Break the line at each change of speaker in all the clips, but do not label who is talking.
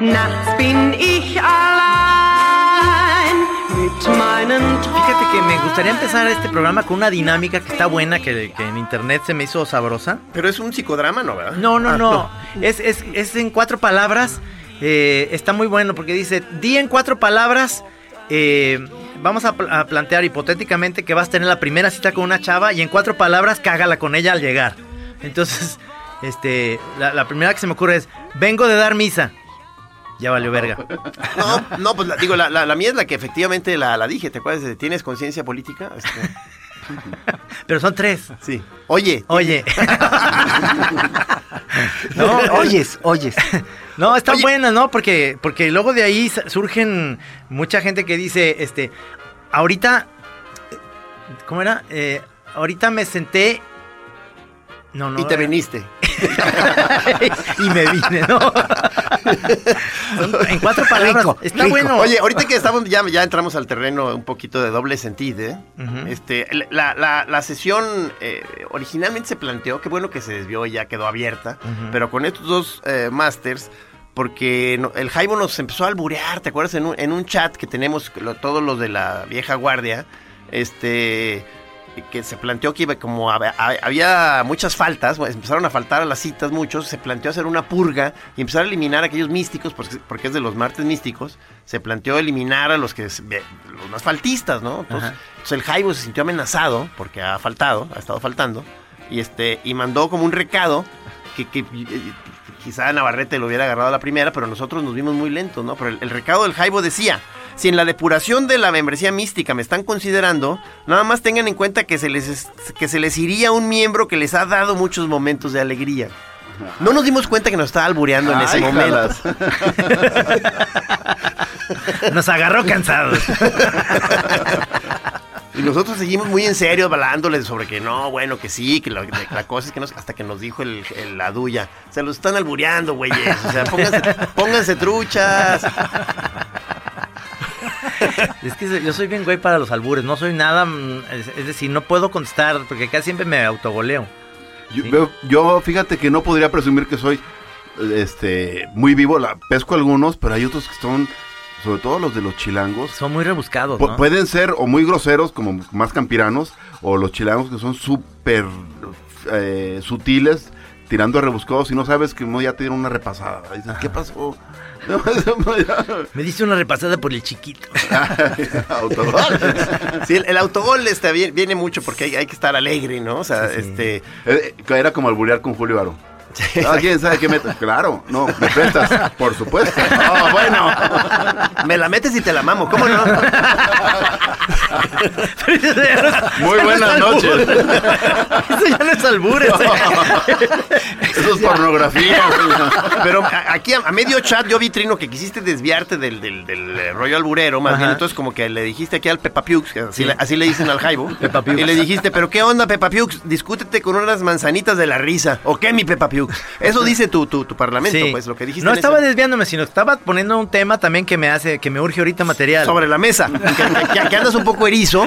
Nachts bin ich allein mit meinen
Fíjate que me
Träumen.
gustaría empezar este programa con una dinámica que está buena, que, que en internet se me hizo sabrosa.
Pero es un psicodrama, ¿no, verdad?
No, no,
Ah,
no. Es, es- es en cuatro palabras. eh, está muy bueno porque dice, di en cuatro palabras. eh, vamos a, pl- a plantear hipotéticamente que vas a tener la primera cita con una chava y en cuatro palabras cágala con ella al llegar. Entonces, este, la, la primera que se me ocurre es, vengo de dar misa. Ya valió verga.
No, no, pues la- digo, la, la- la mía es la que efectivamente la, la dije, ¿te acuerdas? de ¿Tienes conciencia política? Este,
Pero son tres.
sí. Oye,
Oye. no, oyes, oyes. No, está
Oye.
buena, ¿no? Porque, porque luego de ahí s- surgen mucha gente que dice, este, ahorita, ¿cómo era? Eh, ahorita me senté... No, no.
y te
era-
viniste.
y me vine, ¿no? Son- en cuatro palabras. está bueno.
Oye, ahorita que estamos, ya, ya entramos al terreno un poquito de doble sentido, ¿eh?
Ujú.
Este, la, la- la sesión eh, originalmente se planteó, qué bueno que se desvió y ya quedó abierta,
Ujú.
pero con estos dos eh, masters, porque no- el Jaimo nos empezó a alburear, ¿te acuerdas? En un, en un chat que tenemos lo- todos los de la vieja guardia, este que se planteó que iba como hab- hab- había muchas faltas, pues, empezaron a faltar a las citas muchos, se planteó hacer una purga y empezar a eliminar a aquellos místicos, porque, porque es de los martes místicos, se planteó eliminar a los que se- ve- los más faltistas, ¿no? Entonces,
Ajá.
entonces el Jaibo se sintió amenazado, porque ha faltado, ha estado faltando, y este, y mandó como un recado que, que, eh, quizá Navarrete lo hubiera agarrado a la primera, pero nosotros nos vimos muy lentos, ¿no? Pero el, el recado del Jaibo decía, si en la depuración de la membresía mística me están considerando, nada más tengan en cuenta que se les, es- que se les iría un miembro que les ha dado muchos momentos de alegría. No nos dimos cuenta que nos estaba albureando en ese
Ay,
momento.
jalas.
Nos agarró cansados.
Y nosotros seguimos muy en serio hablándoles sobre que no, bueno, que sí, que la, que la cosa es que nos, hasta que nos dijo el, el- la duya, se los están albureando, güeyes. O sea, pónganse, pónganse truchas.
Es que se- yo soy bien güey para los albures, no soy nada, mm, es, es decir, no puedo contestar porque casi siempre me autogoleo.
Yo,
Sí.
veo- yo, fíjate que no podría presumir que soy este muy vivo, la, pesco algunos, pero hay otros que son, sobre todo los de los chilangos,
Son muy rebuscados,
pu-
¿no?
pueden ser o muy groseros, como más campiranos, o los chilangos que son súper eh, sutiles, tirando a rebuscados, y no sabes que no, ya te dieron una repasada. Dices, ¿qué pasó?
Me dice una repasada por el chiquito.
Autogol.
Sí, el, el autogol este, viene, viene mucho porque hay, hay que estar alegre, ¿no? O sea,
Sí, sí.
este.
Eh, Era como alburear con Julio Aro. Ah, ¿Quién sabe qué metas? Claro, no, me prestas, por supuesto.
Oh, bueno. Me la metes y te la mamo, ¿cómo no?
Muy buenas noches.
Eso ya no es albures.
Eso es pornografía. güey.
Pero a- aquí a, a medio chat yo vi, Trino, que quisiste desviarte del, del- del, eh, rollo alburero, más
Ajá.
bien. Entonces, como que le dijiste aquí al Peppa Piux, que así,
Sí.
le, así le dicen al Jaibo.
Peppa Piux.
Y le dijiste, pero ¿qué onda, Peppa Piux? Discútete con unas manzanitas de la risa. ¿O qué, mi Peppa Piux? Eso dice tu, tu, tu parlamento,
Sí.
pues, lo que dijiste.
no
en
estaba
ese-
desviándome, sino estaba poniendo un tema también que me hace, que me urge ahorita material.
sobre la mesa, que, que- que andas un poco erizo.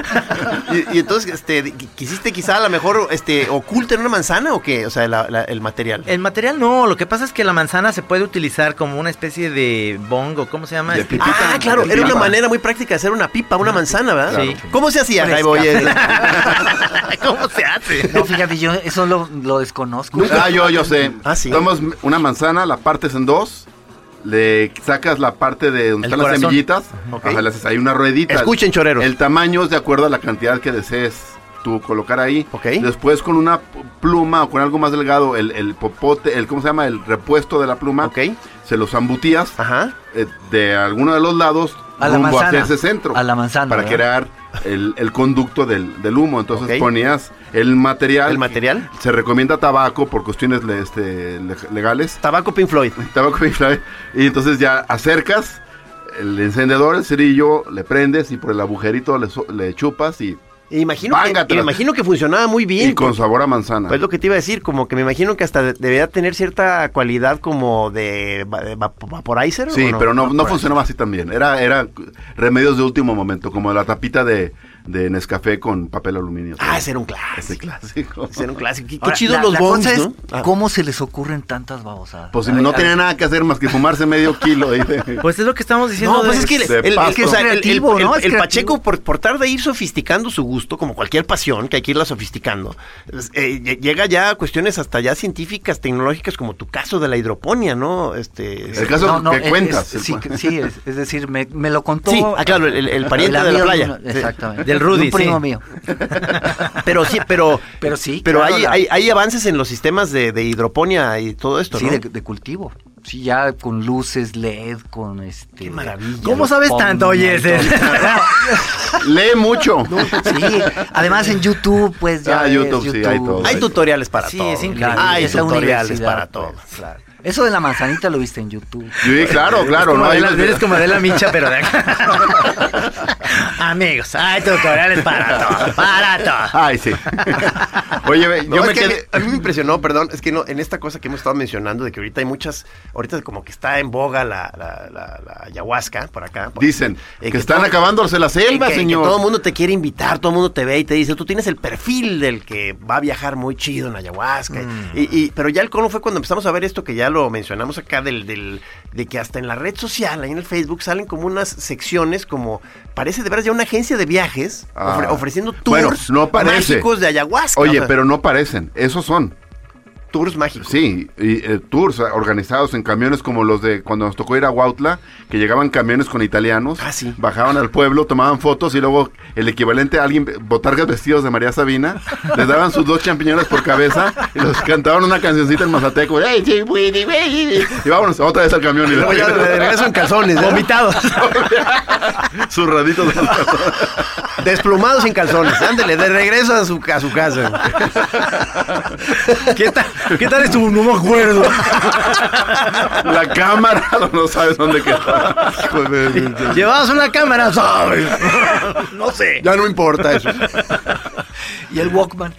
Y, y entonces, este, qui- quisiste quizá a lo mejor este, oculta en una manzana o qué, o sea, la- la- el material.
El material no, lo que pasa es que la manzana se puede utilizar como una especie de bongo, ¿cómo se llama?
De
Este,
pipí.
Ah, claro,
El
era una
pipa.
manera muy práctica de hacer una pipa, una manzana, ¿verdad?
Sí.
¿Cómo se hacía, eh.
Fresca.
Jaibo? Oye,
¿Cómo se hace?
No, fíjate, yo eso lo, lo desconozco.
Ah, yo, yo sé.
Ah, sí.
Tomas una manzana, la partes en dos, le sacas la parte de donde
El
están las
corazón.
semillitas,
Ok.
ajá, le haces ahí una ruedita.
Escuchen, choreros.
El tamaño es de acuerdo a la cantidad que desees tú colocar ahí.
Ok.
Después con una p- pluma o con algo más delgado, el, el popote, el ¿cómo se llama? El repuesto de la pluma.
Ok.
Se los zambutías
Ajá.
eh, de alguno de los lados
A la
rumbo hacia
manzana.
ese centro.
A la manzana,
Para
¿verdad?
crear el, el conducto del, del humo. Entonces
Ok.
ponías el material.
¿El material?
Se recomienda tabaco por cuestiones le- este, le- legales.
Tabaco Pink Floyd.
Tabaco Big Flavor. Y entonces ya acercas el encendedor, el cerillo, le prendes y por el agujerito le, so- le chupas y,
E Imagino que,
Vángatelas.
me imagino que funcionaba muy bien.
y con sabor a manzana.
Pues lo que te iba a decir, como que me imagino que hasta de- debería tener cierta cualidad como de, va- de vap- vaporizer.
Sí,
¿o Ah,
pero no, no
Vaporizer.
funcionaba así también. Era, era remedios de último momento, como la tapita de, de Nescafé con papel aluminio.
Ah, ese era un clásico.
Ese clásico.
Ese era un clásico. Qué, qué
Ahora,
chidos
la-
los
la
bongs,
cosa es,
¿no? Ah.
¿Cómo se les ocurren tantas babosadas?
Pues
A
no
ver, a
tenía
ver.
nada que hacer más que fumarse medio kilo. dice.
Pues es lo que estamos diciendo.
No,
de-
pues es que el,
de
el-
pasto.
es que, o sea, el- el-
Creativo,
el-
¿no? Es
el
creativo.
Pacheco, por, por tarde ir sofisticando su gusto, como cualquier pasión, que hay que irla sofisticando, es- eh, lle- llega ya a cuestiones hasta ya científicas, tecnológicas, como tu caso de la hidroponía, ¿no? Este,
El caso
No, no,
que
es-
cuentas.
es- sí, que- sí, es, es decir, me, me lo contó.
Sí, ah, claro, el- el- el pariente de la
amigo
playa.
uno- exactamente.
Del Rudy,
De Un primo
sí.
mío.
pero sí, pero,
Pero sí,
pero
claro,
hay,
la-
hay, hay avances en los sistemas de, de hidroponía y todo esto,
Sí,
¿no?
de, de cultivo. Sí, ya con luces LED, con este.
Qué maravilla.
¿Cómo sabes tanto, oye?
Pomnia y
ese?
todo.
Lee mucho.
Sí, además en YouTube, pues ya.
Ah,
ves,
YouTube, sí, hay todo.
Hay
Ay,
tutoriales para
sí,
todo.
es increíble.
Claro,
Hay
esa
tutoriales
universidad,
para todo.
pues, claro. Eso de la manzanita lo viste en YouTube.
Sí, claro, claro.
Como
¿no? Hay
Adela-
unos-
eres como Adela Micha, pero de acá. Amigos, hay tutoriales para todo. Para todo.
Ay, sí. Oye, ve,
No,
yo
es
me
que a mí-
quedé...
a mí me impresionó, perdón, es que no, en esta cosa que hemos estado mencionando, de que ahorita hay muchas, ahorita como que está en boga la, la- la- la ayahuasca por acá. por-
Dicen
eh,
que están
todo-
acabándose la
eh,
selva,
que- que
señor.
todo el mundo te quiere invitar, todo el mundo te ve y te dice, tú tienes el perfil del que va a viajar muy chido en ayahuasca.
Mm.
Y, y- pero ya el cono fue cuando empezamos a ver esto que ya lo mencionamos acá, del, del- de que hasta en la red social, ahí en el Facebook, salen como unas secciones como, parece de veras ya una agencia de viajes
Ah.
ofre- ofreciendo tours
Bueno, no parece.
mágicos de ayahuasca. o
Oye,
sea,
pero no parecen, esos son.
Tours mágicos.
Sí, y eh, tours eh, organizados en camiones como los de cuando nos tocó ir a Huautla, que llegaban camiones con italianos,
Ah, sí.
bajaban al pueblo, tomaban fotos y luego el equivalente a alguien, botargas vestidos de María Sabina, les daban sus dos champiñones por cabeza y los cantaban una cancioncita en Mazateco. "Ey, sí, güey, güey". Y vámonos otra vez al camión y
Luego ya de regreso en calzones. ¿verdad?
Vomitados.
sus raditos de
Desplumados en calzones. Ándele, de regreso a su, a su casa.
¿Qué tal, ¿Qué tal estuvo? No me acuerdo.
la cámara, no sabes dónde quedaba. Hijo de-
Llevabas una cámara, ¿sabes?
No sé.
Ya no importa eso.
Y el Walkman.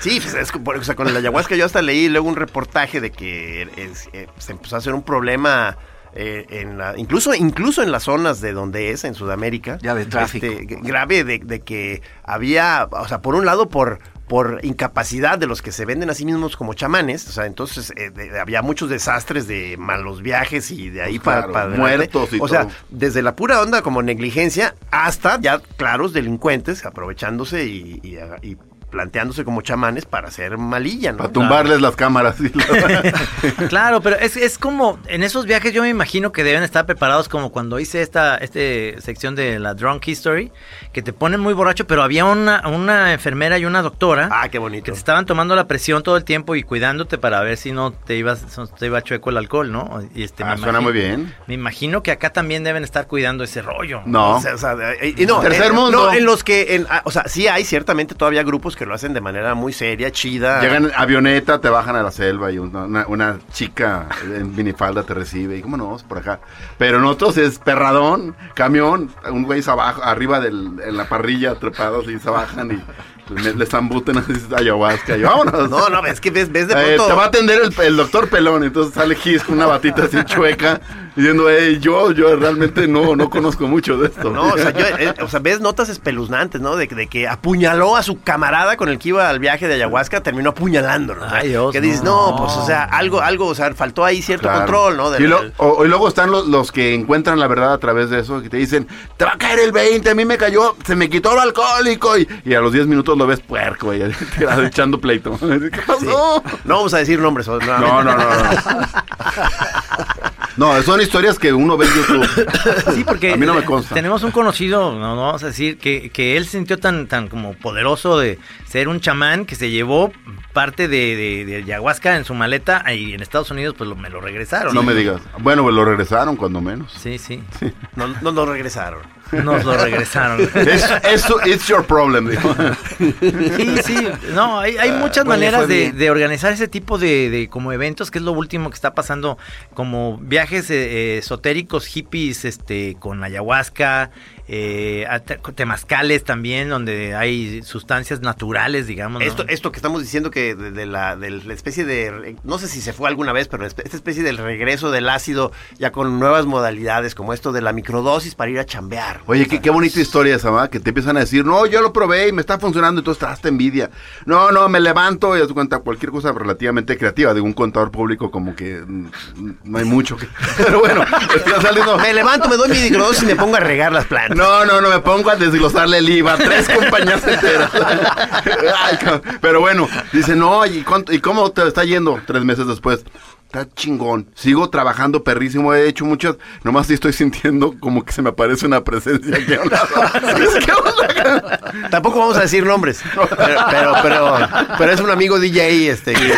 Sí, pues, es como- o sea, con la ayahuasca yo hasta leí luego un reportaje de que es- eh, se empezó a hacer un problema. eh, en la- incluso, incluso en las zonas de donde es, en Sudamérica.
Ya de tráfico.
este, g- grave de, de que había, o sea, por un lado por por incapacidad de los que se venden a sí mismos como chamanes, o sea, entonces eh, de- de- había muchos desastres de malos viajes y de ahí
Pues
para
claro, muertos y
o sea,
todo.
desde la pura onda como negligencia hasta ya claros delincuentes aprovechándose y, y- y planteándose como chamanes para hacer malilla, ¿no?
Para tumbarles las cámaras. y la-
Claro, pero es, es como en esos viajes yo me imagino que deben estar preparados como cuando hice esta este sección de la Drunk History, que te ponen muy borracho, pero había una, una enfermera y una doctora
Ah, qué
que
bonito.
te estaban tomando la presión todo el tiempo y cuidándote para ver si no te ibas si no te iba chueco el alcohol, ¿no? Y este,
Ah,
me
suena
imagino-
muy bien.
Me imagino que acá también deben estar cuidando ese rollo.
No.
O sea, o sea, eh, y no,
Tercer
eh,
mundo.
no, en los que, en- ah, o sea, sí hay ciertamente todavía grupos que lo hacen de manera muy seria, chida.
Llegan en avioneta, te bajan a la selva y una, una- una chica en minifalda te recibe. Y cómo no, por acá. Pero en otros es perradón, camión, un güey se abajo, arriba del, en la parrilla, trepados y se bajan y le, le zambuten así ayahuasca. Y vámonos.
No, no, es que ves, ves de
Eh,
pronto.
te va a atender el, el doctor Pelón, entonces sale Gis con una batita así chueca diciendo, hey, yo, yo realmente no, no conozco mucho de esto.
No, o sea, yo- eh, o sea, ves notas espeluznantes, ¿no? De, de que apuñaló a su camarada con el que iba al viaje de ayahuasca, terminó apuñalándolo. ¿no?
Ay, Dios,
que dices, no. pues, o sea, algo, algo, o sea, faltó ahí cierto
Claro.
control, ¿no? Del-
y, lo-
del-
o- y luego están los, los que encuentran la verdad a través de eso, que te dicen, te va a caer el 20, a mí me cayó, se me quitó lo alcohólico. Y, y a los 10 minutos lo ves puerco, y tirado echando pleito. ¿Qué pasó?
No vamos a decir nombres. o-
No,
nuevamente.
no, no, no. No, son historias que uno ve en YouTube.
Sí, porque
A mí no me
te-
consta.
tenemos un conocido, no, no vamos a decir, que, que él se sintió tan, tan como poderoso de ser un chamán que se llevó parte de, de- de ayahuasca en su maleta y en Estados Unidos pues lo- me lo regresaron.
No me digas. Bueno, pues lo regresaron cuando menos.
Sí, sí,
No, no nos regresaron.
nos lo regresaron.
Es, es tu- it's your problem, dijo.
Sí, sí, no, hay, hay muchas
Bueno, le
maneras
fue
de,
bien.
de organizar ese tipo de, de como eventos, que es lo último que está pasando, como viajes eh, eh, esotéricos, hippies, este, con ayahuasca, eh, ate- temazcales también, donde hay sustancias naturales, digamos. ¿no?
Esto, esto que estamos diciendo que de, de la, de la especie de, re- no sé si se fue alguna vez, pero espe- esta especie del regreso del ácido ya con nuevas modalidades, como esto de la microdosis para ir a chambear.
Oye, qué, qué bonita historia esa, ¿verdad? Que te empiezan a decir, no, yo lo probé y me está funcionando, entonces te das esta envidia. No, no, me levanto y haz de cuenta cualquier cosa relativamente creativa de un contador público, como que mm, no hay mucho que. Pero bueno, está saliendo.
Me levanto, me doy mi microdosis y me pongo a regar las plantas.
No, no, no me pongo a desglosarle el IVA, tres compañías enteras. Ay, cabrón. pero bueno, dice, no, ¿y, cuánto- ¿y cómo te está yendo tres meses después? Está chingón, sigo trabajando perrísimo, he hecho muchas, nomás sí estoy sintiendo como que se me aparece una presencia aquí a un lado. Es que, o sea, cabrón.
Tampoco vamos a decir nombres. Pero, pero, pero, pero es un amigo DJ, este. que-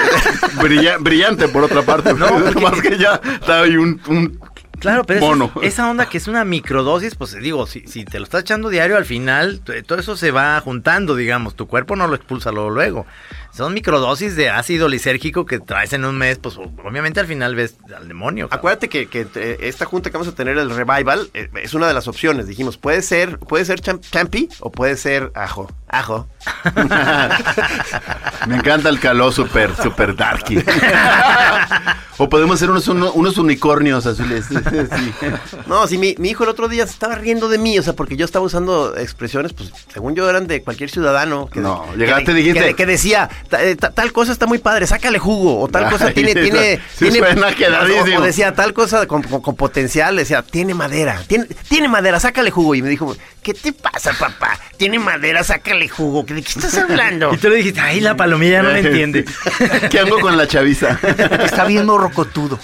Brilla- brillante por otra parte, más que ya está ahí un, un
Claro, pero eso es-
mono.
esa onda que es una microdosis, pues digo, si, si te lo estás echando diario al final, t- todo eso se va juntando, digamos, tu cuerpo no lo expulsa luego. luego. Son microdosis de ácido lisérgico que traes en un mes, pues obviamente al final ves al demonio. cabrón.
Acuérdate que, que, eh, esta junta que vamos a tener, el revival, eh, es una de las opciones. Dijimos, puede ser, puede ser cham- champi o puede ser ajo. Ajo.
Me encanta el calor super, super darky. o podemos hacer unos, uno- unos unicornios azules. Sí.
No, sí, mi, mi hijo el otro día se estaba riendo de mí, o sea, porque yo estaba usando expresiones, pues, según yo eran de cualquier ciudadano. Que
No,
que-
llegaste y dijiste-
Que, que decía, ta- eh, ta- tal cosa está muy padre, sácale jugo, o tal cosa
Ay,
tiene...
sí,
tiene,
sí
tiene-
suena quedadísimo.
o, o decía, tal cosa con, con- con potencial, decía, tiene madera, tiene, tiene madera, sácale jugo. Y me dijo, ¿qué te pasa, papá? Tiene madera, sácale jugo. ¿De qué estás hablando?
Y tú le dijiste, ay, la palomilla no me entiende.
¿Qué hago con la chaviza?
Está bien morrocotudo.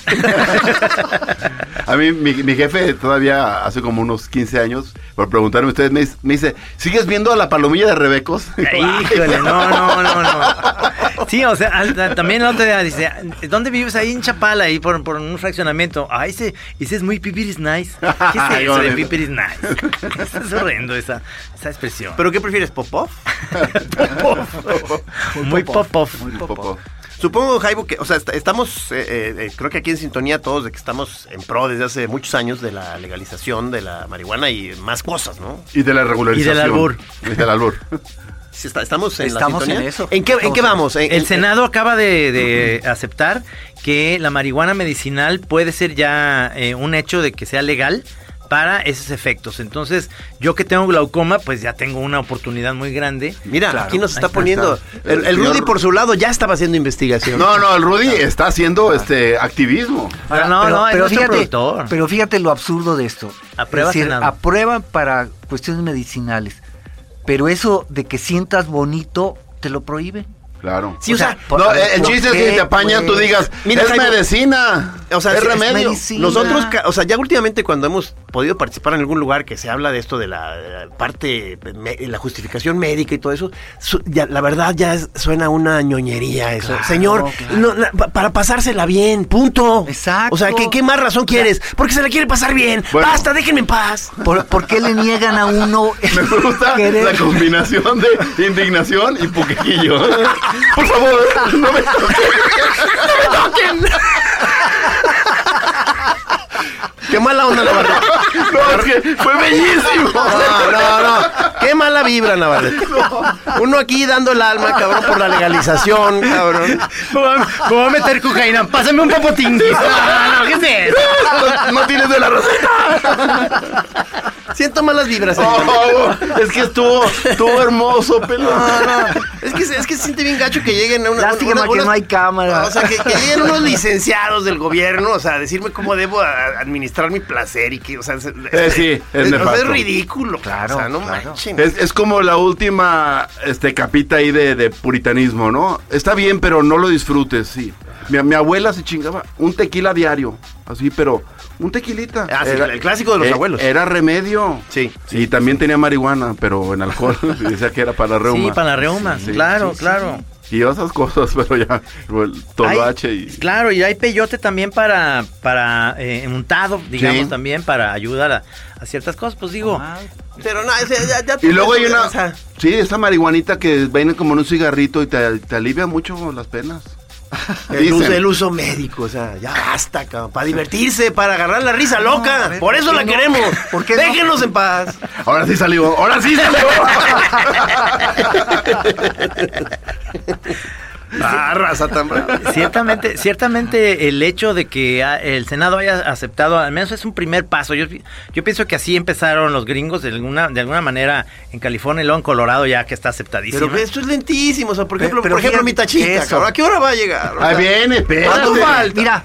A mí, mi, mi jefe todavía hace como unos 15 años, por preguntarme a ustedes, me, me dice, ¿sigues viendo a la palomilla de Rebecos?
Híjole, no, no, no, no. Sí, o sea, al- al- también el otro día dice, ¿dónde vives ahí en Chapala? Ahí por, por un fraccionamiento. Ah, ese, ese es muy pipiris nice. ¿Qué es
Ay,
eso de
bonito.
pipiris nice? Es horrendo esa, esa expresión.
¿Pero qué prefieres, Popov?
muy pop off.
Muy popo.
Supongo, Jaibo, que, o sea, est- estamos, eh, eh, eh, creo que aquí en sintonía todos de que estamos en pro desde hace muchos años de la legalización de la marihuana y más cosas, ¿no?
Y de la regularización.
Y del albur.
Y del albur.
Sí, está- estamos en la
Estamos
sintonía.
en eso.
¿En qué, en
Estamos
qué
en
vamos? ¿En- en-
El Senado acaba de, de aceptar que la marihuana medicinal puede ser ya eh, un hecho de que sea legal para esos efectos. Entonces, yo que tengo glaucoma, pues ya tengo una oportunidad muy grande.
Mira,
Claro.
aquí nos está
Ahí
poniendo.
está.
El, el
El señor-
Rudy por su lado ya estaba haciendo investigación.
No, no, el Rudy está haciendo este activismo.
Ahora, no, no, es nuestro productor.
pero fíjate lo absurdo de esto.
Aprueba
es decir,
Senado.
aprueban para cuestiones medicinales, pero eso de que sientas bonito, te lo prohíben.
Claro.
Sí, o sea,
por-
no, el el
¿por
chiste es
qué,
que te apañan, tú
güey?
digas,
Mira,
es
Jaime,
medicina,
O sea,
es
sí, es
remedio.
medicina.
Nosotros, ca- o sea, ya últimamente cuando hemos podido participar en algún lugar que se habla de esto de la, de la parte, me- la justificación médica y todo eso, su- ya, la verdad ya es- suena una ñoñería eso. Señor, no, na- pa- para pasársela bien, punto.
Exacto.
O sea, ¿qué, qué más razón quieres? Porque se la quiere pasar bien.
Bueno.
Basta, déjenme en paz.
¿Por, por qué le niegan a uno el
Me gusta
querer?
la combinación de indignación y puquequillo. Por favor, no me
Qué mala onda la verdad.
No, es que fue bellísimo.
No, no, no. ¿Qué Qué mala vibra, Navarrete. Uno aquí dando el alma, cabrón, por la legalización, cabrón.
Me voy a- me voy a meter cocaína. Pásame un popotinguis. No, no, ¿qué es eso?
No, no tienes de la receta.
Siento malas vibras. señor.
Oh, es que estuvo, estuvo hermoso, pelón.
No, no. Es que, es que se siente bien gacho que lleguen a una.
Lástima
una-
que
unas-
no hay cámara.
O sea, que, que lleguen unos licenciados del gobierno, o sea, a decirme cómo debo a- administrar mi placer y que, o sea, es,
Eh, sí, es
o sea,
nefasto.
ridículo. Claro.
Claro,
O sea, no
claro.
manchen.
Es, es como la última este, capita ahí de, de puritanismo, ¿no? Está bien, pero no lo disfrutes, sí. Mi, mi abuela se chingaba un tequila diario, así, pero un tequilita.
Ah, sí, el clásico de los
eh,
abuelos.
Era remedio.
Sí,
Y también tenía marihuana, pero en alcohol. y decía que era para la reuma.
Sí, para la reuma.
Sí,
claro,
sí, sí,
claro.
Y esas cosas, pero ya, el
Hay-
toloache y...
Claro, y hay peyote también para, para eh, untado, digamos,
Sí.
también para ayudar a, a ciertas cosas. Pues digo,
Ah. Pero no, o sea, ya, ya-
Y luego hay
o sea,
una... Sí, esa marihuanita que viene como en un cigarrito y te, te alivia mucho las penas.
el, uso,
Dicen.
el uso médico, o sea, ya basta, cabrón. Para divertirse, para agarrar la risa loca.
a ver,
Por
¿por
eso
qué
la
no?
queremos.
¿Por qué no?
Déjenos en paz.
Ahora sí salió, ahora sí salió.
Ah, raza tan brava.
ciertamente, ciertamente el hecho de que ah, el Senado haya aceptado, al menos es un primer paso. Yo, pi- yo pienso que así empezaron los gringos de alguna, de alguna manera en California y luego en Colorado ya que está aceptadísimo.
Pero esto es lentísimo, o sea, por
Pe-
ejemplo,
pero
por ejemplo mi
fíjate
tachita,
eso.
cabrón, ¿a qué hora va a llegar? O sea,
Ahí viene,
¿Cuánto
espérate.
falta?
Mira,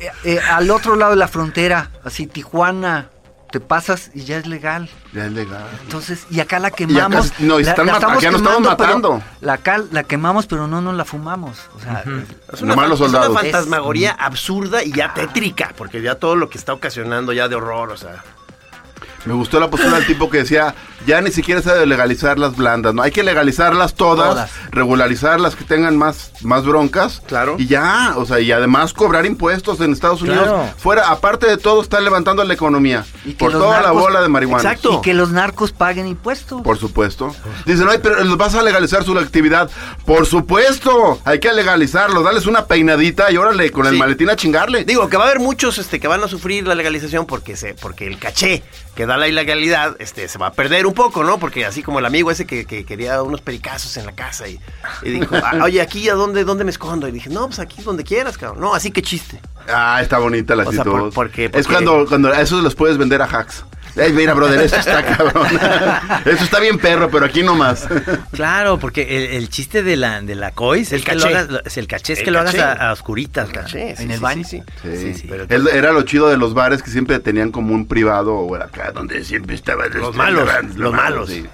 eh, eh, al otro lado de la frontera, así Tijuana, te pasas y ya es legal.
Ya es legal.
Entonces, y acá la quemamos.
acá nos
la-
están
la
mat-
estamos
acá nos estamos
quemando, pero
matando.
La cal la quemamos, pero no nos la fumamos. O sea,
Es una,
Nomás los
fan- es Ah. una
soldados.
fantasmagoría absurda y ya tétrica, porque ya todo lo que está ocasionando ya de horror, o sea.
Me gustó la postura del tipo que decía, ya ni siquiera se debe legalizar las blandas, ¿no? Hay que legalizarlas todas,
Todas.
regularizar las que tengan más, más broncas.
Claro.
Y ya, o sea, y además cobrar impuestos en Estados Unidos.
Claro.
Fuera, aparte de todo, está levantando la economía.
Y que
por
los
toda la
narcos-
bola de marihuana.
Exacto.
y que los narcos paguen impuestos.
Por supuesto. Dicen, ay, pero los vas a legalizar su actividad. Por supuesto, hay que legalizarlo, darles una peinadita y órale, con el
Sí.
maletín a chingarle.
Digo, que va a haber muchos este, que van a sufrir la legalización porque se, porque el caché que da la ilegalidad este, se va a perder un poco, ¿no? Porque así como el amigo ese que, que quería unos pericazos en la casa y, y dijo, "Ah, oye, ¿aquí a dónde, dónde me escondo? Y dije, no, pues aquí donde quieras, cabrón. No, así que chiste.
Ah, está bonita la
O sea,
actitud.
por- porque-
Es
porque-
cuando, cuando a esos los puedes vender a hacks. Ey, mira, brother, esto está cabrón. Esto está bien perro, pero aquí nomás.
Claro, porque el, el chiste de la, de la COIS
El
es, que lo
caché.
hagas, lo- es el caché, es
El
que lo hagas
caché.
a, a oscuritas. ¿no?
Caché, sí,
en el
sí,
baño.
sí, sí.
Sí.
sí, pero-
Es- era lo chido de los bares que siempre tenían como un privado o era acá donde siempre este, estaban
Los malos, los malos.
sí.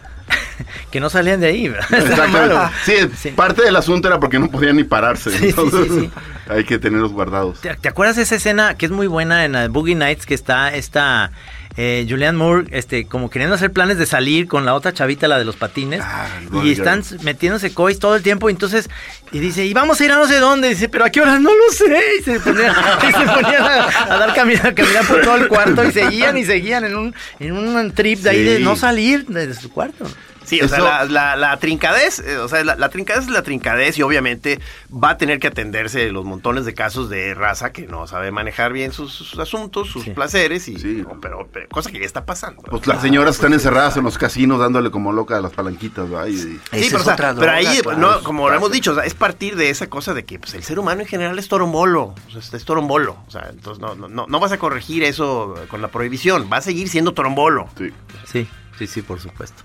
Que no salían de ahí, ¿verdad? Está
Exactamente. Ah,
malo.
Sí,
Sí.
parte del asunto era porque no podían ni pararse.
Sí, sí,
entonces,
sí, sí.
Hay que tenerlos guardados.
¿Te, te acuerdas de esa escena que es muy buena en la de Boogie Nights que está esta eh, Julianne Moore este, como queriendo hacer planes de salir con la otra chavita, la de los patines?
Ah, el
y
Golden
están
Girl.
metiéndose cois todo el tiempo. Y entonces, y dice, y vamos a ir a no sé dónde. Y dice, pero a qué hora no lo sé. Y se ponían, y se ponían a, a dar caminar, a caminar por todo el cuarto y seguían y seguían en un, en un trip de ahí de
Sí.
no salir de, de su cuarto.
Sí, o sea,
Eso-
la, la- la trincadez, eh, o sea, la, la trincadez es la trincadez y obviamente va a tener que atenderse los montones de casos de raza que no sabe manejar bien sus, sus asuntos, sus
Sí.
placeres y
Sí.
no, pero, pero cosa que ya está pasando.
Pues las
Ah,
señoras están encerradas en los casinos dándole como loca a las palanquitas, ¿verdad? Y- y-
Esa
Sí, pero,
es
o sea,
otra
pero
droga,
ahí,
claro.
no, como lo hemos dicho, o sea, es partir de esa cosa de que pues, el ser humano en general es torombolo, o sea, es torombolo, o sea, entonces no, no, no, no vas a corregir eso con la prohibición, va a seguir siendo torombolo.
sí.
Sí, sí, sí, por supuesto.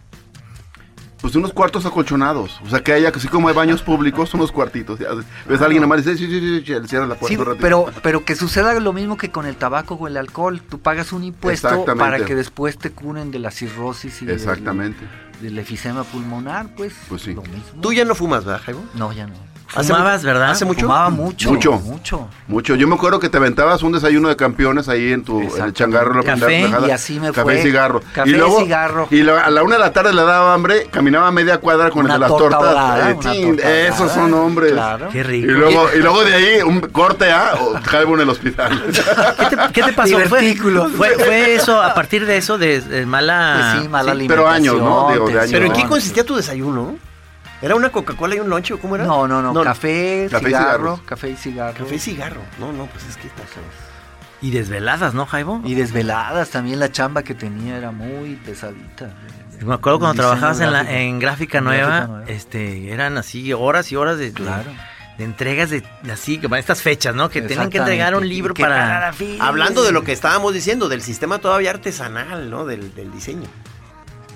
Pues unos cuartos acolchonados. O sea, que haya, así como hay baños públicos, unos cuartitos. ya. Ves a
Ah,
alguien nomás y dice, sí, sí, sí, sí, sí, le cierra la puerta
Sí,
un ratito.
pero, pero que suceda lo mismo que con el tabaco o el alcohol. Tú pagas un impuesto
Exactamente.
para que después te curen de la cirrosis y del-
Exactamente.
Del, efisema pulmonar, pues.
Pues sí.
Lo mismo.
Tú ya no fumas, ¿verdad, Jaime?
No, ya no.
Hace
Fumabas,
mu-
¿verdad?
hace mucho.
Fumaba mucho.
Mucho.
Mucho.
Mucho. Yo me acuerdo que te aventabas un desayuno de campeones ahí en tu en el
Exactamente.
changarro. la
Café,
primera pendejada.
y así me
Café
fue.
y cigarro.
Café
y
y
luego,
cigarro.
Y lo- a la una de la tarde le daba hambre, caminaba media cuadra con
Una
el de las
torta
tortas.
ahogada,
Eh,
una
chin,
torta
esos
ahogada.
son hombres.
Claro.
Qué
Y
rico.
luego, y luego de ahí, un corte a o Jaibo en el hospital.
¿Qué te, qué te pasó? ¿Fue,
Divertículo.
fue, fue eso a partir de eso, de, de mala...
Pues sí, mala
sí,
alimentación.
pero años, ¿no? Digo, de años.
¿Pero en qué
No,
tensión.
consistía tu desayuno? ¿Era una Coca-Cola y un lonche o cómo era?
No, no, no. Café,
Café y
cigarro,
cigarros.
café y cigarro.
Café y cigarro. No, no, pues es que está...
Y desveladas, ¿no, Jaibo?
Y desveladas también la chamba que tenía era muy pesadita.
Me acuerdo cuando
El diseño
trabajabas en, la,
gráfico.
en gráfica
En
nueva,
Gráfica Nueva.
este, eran así horas y horas de, de-
Claro.
de entregas de así, que para estas fechas, ¿no? Que tienen que entregar un
Exactamente.
libro
Que para
para...
la fila.
Hablando de lo que estábamos diciendo, del sistema todavía artesanal, ¿no? Del, del diseño.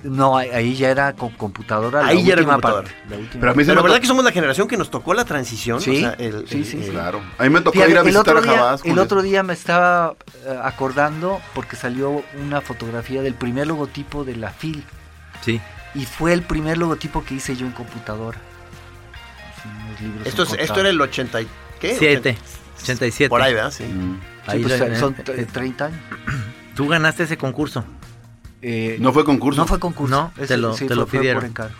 No, ahí- ahí ya era con computadora. Ah, la
Ahí ya era
última
computadora.
parte, la última
Pero a mí se
Pero la
me
verdad
to-
que somos la generación que nos tocó la transición.
Sí,
o sea, el-
sí,
el-
sí,
el-
sí.
Claro. A mí me tocó
Fíjate,
ir a
el,
visitar
otro
a
día,
Jabasco.
el otro día me estaba eh, acordando porque salió una fotografía del primer logotipo de la FIL
Sí.
y fue el primer logotipo que hice yo en computadora. Así, unos libros
Esto, es-
en
esto era el 80 y- ¿qué?
Siete.
87.
87.
Por ahí, ¿verdad? Sí.
Mm.
Sí,
Ahí
pues,
lo-
son
eh,
t-
eh,
30 años.
Tú ganaste ese concurso.
Eh,
No fue concurso.
no fue concurso.
No, te lo- te
fue-
lo
fue
pidieron.
por encargo.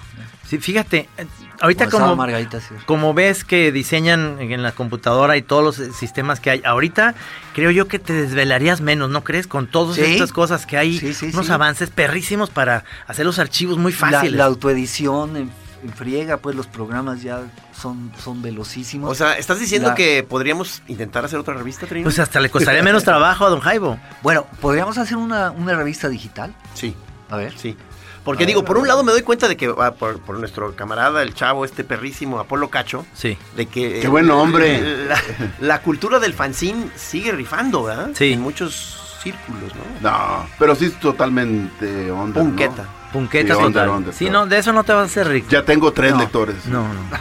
Sí, fíjate, eh, ahorita
Estaba
como...
Margarita Sierra.
Como ves que diseñan en la computadora y todos los eh, sistemas que hay ahorita, creo yo que te desvelarías menos, ¿no crees? Con todas
Sí.
estas cosas que hay,
Sí, sí,
unos
sí.
avances perrísimos para hacer los archivos muy
La,
fáciles.
la autoedición en, en friega, pues los programas ya son, son velocísimos.
O sea, ¿estás diciendo
La-
que podríamos intentar hacer otra revista, Trino?
Pues hasta le costaría menos trabajo a Don Jaibo.
bueno, ¿podríamos hacer una, una revista digital?
sí,
A ver.
sí. Porque digo, por un lado me doy cuenta de que, ah, por, por nuestro camarada, el chavo, este perrísimo Apolo Cacho,
Sí.
de que... eh,
¡Qué buen hombre!
La, la cultura del fanzine sigue rifando, ¿verdad?
Sí.
En muchos círculos, ¿no?
No, pero sí es totalmente onda. ¿no?
Punqueta.
Punqueta
Sí,
total.
onda, onda,
sí,
claro.
no, de eso no te vas a hacer rico.
Ya tengo tres
No.
lectores.
No, no.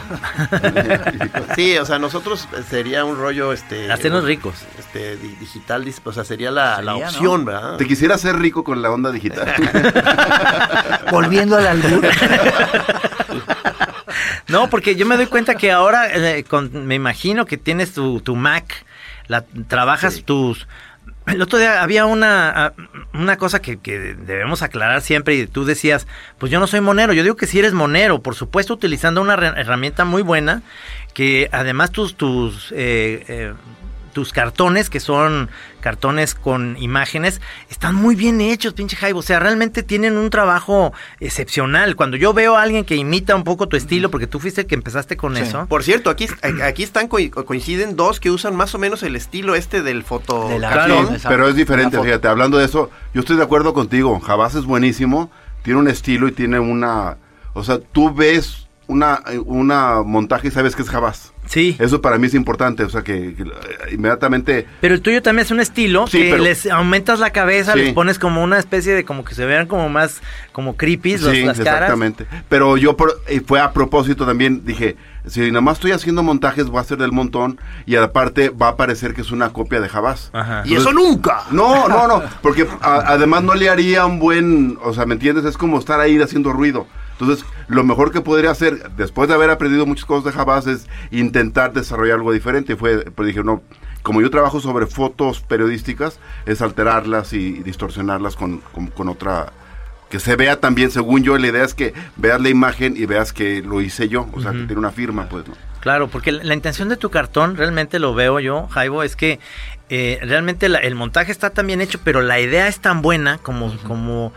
Sí, o sea, nosotros eh, sería un rollo, este...
Hacernos ricos.
Este, di- digital, dis- o sea, sería la, la
Sería, ¿no?
opción, ¿verdad?
Te quisiera hacer rico con la onda digital.
Volviendo al albur.
No, porque yo me doy cuenta que ahora, eh, con- me imagino que tienes tu, tu Mac, la, trabajas tus... El otro día había una, ah, una cosa que, que debemos aclarar siempre y tú decías, pues yo no soy monero, yo digo que si eres monero, por supuesto utilizando una re- herramienta muy buena, que además tus, tus, eh, eh, tus cartones, que son cartones con imágenes, están muy bien hechos, pinche Jaibo. O sea, realmente tienen un trabajo excepcional. Cuando yo veo a alguien que imita un poco tu estilo, porque tú fuiste el que empezaste con
Sí.
eso.
Por cierto, aquí, aquí están coi- coinciden dos que usan más o menos el estilo este del foto.
De la-
Claro,
Sí, pero es diferente, fíjate. Hablando de eso, yo estoy de acuerdo contigo. Jabás es buenísimo, tiene un estilo y tiene una. O sea, tú ves una, una montaje y sabes que es Jabás.
Sí.
Eso para mí es importante. O sea, que, que, eh, inmediatamente.
Pero el tuyo también es un estilo
Sí,
que
pero-
les aumentas la cabeza,
Sí.
les pones como una especie de como que se vean como más como creepy los-
Sí,
las caras.
exactamente. Pero yo por- eh, fue a propósito también, dije, si nada más estoy haciendo montajes, voy a hacer del montón y aparte va a parecer que es una copia de Jabás.
Ajá.
y eso nunca.
No, no, no, porque a- además no le haría un buen, o sea, ¿me entiendes? Es como estar ahí haciendo ruido. Entonces, lo mejor que podría hacer, después de haber aprendido muchas cosas de Jabás, es intentar desarrollar algo diferente. Y fue, pues dije, no, como yo trabajo sobre fotos periodísticas, es alterarlas y, distorsionarlas con, con- con otra... Que se vea también, según yo, la idea es que veas la imagen y veas que lo hice yo, o sea, que tiene una firma, pues, ¿no?
Claro, porque la, la intención de tu cartón, realmente lo veo yo, Jaibo, es que eh, realmente la- el montaje está tan bien hecho, pero la idea es tan buena como, como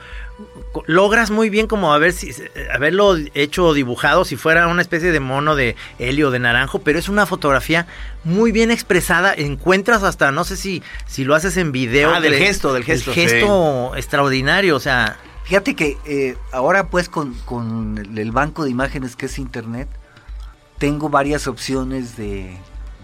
co- logras muy bien como haber si, eh, haberlo hecho o dibujado si fuera una especie de mono de helio de naranjo, pero es una fotografía muy bien expresada, encuentras hasta, no sé si, si lo haces en video.
Ah, del
que le-
gesto, del gesto.
El gesto extraordinario, o sea,
Fíjate que eh, ahora pues con, con el- el banco de imágenes que es internet, tengo varias opciones de,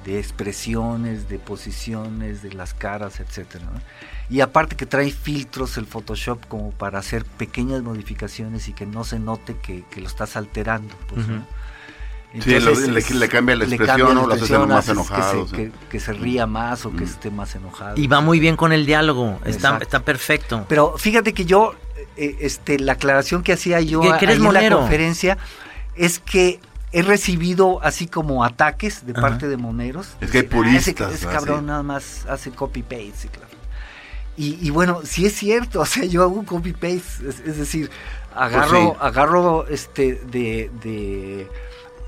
de expresiones, de posiciones, de las caras, etcétera. ¿no? Y aparte que trae filtros el Photoshop como para hacer pequeñas modificaciones y que no se note que, que lo estás alterando. pues, ¿no?
Ujú.
Sí, lo- le- le cambia la expresión,
cambia la
¿no? Lo haces
expresión,
más
haces que se-
enojado, sí.
Que, que se ría más o que
Mm.
esté más enojado.
y va muy bien con el diálogo, está,
Exacto.
está perfecto.
Pero fíjate que yo, eh, este, la aclaración que hacía yo
Que- que
ahí
eres
en la
monero.
conferencia es que he recibido así como ataques de
Ajá.
parte de moneros.
Es que hay
Dicen, "Ah, ese-
puristas,
Ese,
¿no?
cabrón
Sí.
nada más hace copy-paste. Y, claro. y, y bueno, sí es cierto, o sea, yo hago un
Pues
copy-paste, es, es decir, agarro,
sí.
agarro este de... de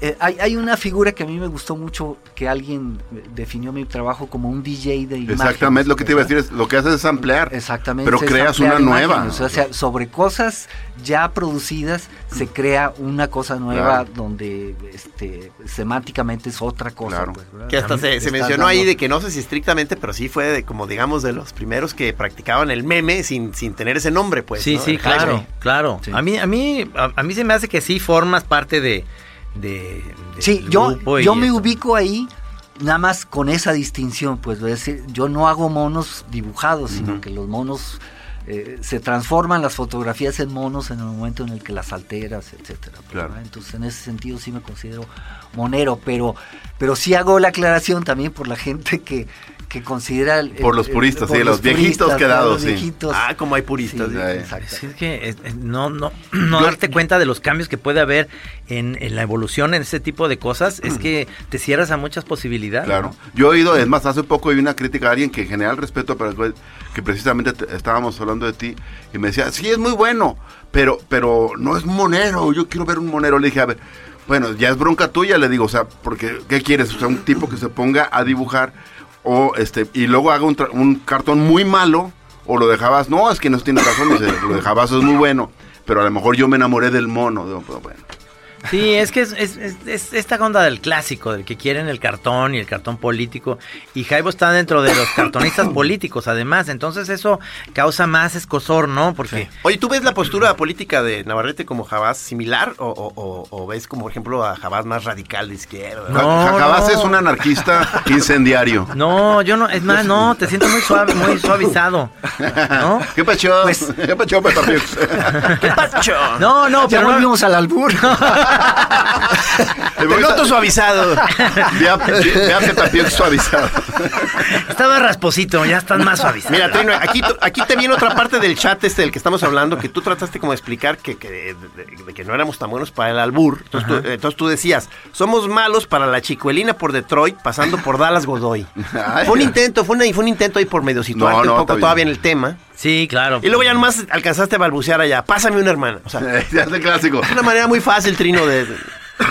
eh, hay, hay una figura que a mí me gustó mucho, que alguien eh, definió mi trabajo como un DJ de imágenes.
Exactamente, lo que te iba a
¿verdad?
decir es, lo que haces es ampliar.
Exactamente.
Pero
es
creas
ampliar
una
imágenes,
nueva.
O sea, sobre cosas ya producidas se crea una cosa nueva
Claro.
donde este, semánticamente es otra cosa.
Claro.
pues, ¿verdad?
Que hasta
También
se, se
estás
mencionó ahí
dando-
de que no sé si estrictamente, pero sí fue de, como digamos de los primeros que practicaban el meme sin, sin tener ese nombre, pues.
sí,
¿no?
sí,
El hashtag.
claro, claro. A mí, a mí, a, a mí se me hace que sí formas parte de. de- del
Sí, yo,
grupo y
yo me
esto.
ubico ahí nada más con esa distinción, pues voy a decir, yo no hago monos dibujados, sino que los monos eh, se transforman las fotografías en monos en el momento en el que las alteras, etcétera. pues,
Claro.
¿verdad? Entonces en ese sentido sí me considero monero, pero, pero sí hago la aclaración también por la gente que, que considera el-
Por los
el-
puristas, sí, los
puristas,
viejitos
¿no?
quedados,
Los
sí.
viejitos.
Ah, como hay
Sí,
puristas.
sí.
exacto.
Sí, es que eh, eh, no, no, no
Yo-
darte cuenta de los cambios que puede haber en, en la evolución en ese tipo de cosas es que te cierras a muchas posibilidades.
Claro. Yo he oído, es más, hace poco vi una crítica a alguien que en general respeto, pero que- que precisamente te- estábamos hablando de ti y me decía, sí, es muy bueno, pero, pero no es monero, yo quiero ver un monero. Le dije, a ver, bueno, ya es bronca tuya, le digo, o sea, porque, ¿qué quieres? O sea, un tipo que se ponga a dibujar o este, y luego haga un, tra- un cartón muy malo o lo dejabas, no, es que no tiene razón, dice, lo dejabas, es muy bueno, pero a lo mejor yo me enamoré del mono. Digo, "Pero bueno.
Sí, es que es, es- es- es esta onda del clásico, del que quieren el cartón y el cartón político. Y Jaibo está dentro de los cartonistas políticos, además. Entonces eso causa más escosor, ¿no? Porque
Oye, ¿tú ves la postura política de Navarrete como Jabás similar o, o- o- o ves como, por ejemplo, a Jabás más radical de izquierda?
No,
Jacabás
no.
es un anarquista incendiario.
no, yo no, es más, no, te siento muy suave, muy suavizado, ¿no?
¿Qué pacho?
Pues-
¿Qué pacho, Peppa Pig?
¿Qué pacho?
No, no,
Ya
pero no-
volvimos al albur.
Te
Te
voy
noto suavizado.
a- Ve a- ve a Peppa Pig suavizado.
estaba rasposito, ya estás más suavizado.
Mira, Trino, aquí, tú- aquí te viene otra parte del chat este del que estamos hablando, que tú trataste como de explicar que, que- de, de- de que no éramos tan buenos para el albur. Entonces tú, entonces tú decías, somos malos para la chicuelina por Detroit, pasando por Dallas Godoy.
Ay.
Fue un intento, fue, una- fue un intento ahí por medio situarte
No, no,
un poco
está bien.
todavía en el tema.
Sí, claro.
Y luego ya nomás alcanzaste a balbucear allá, pásame una hermana. O sea, es
Ya es el clásico.
una manera muy fácil, Trino, de... de-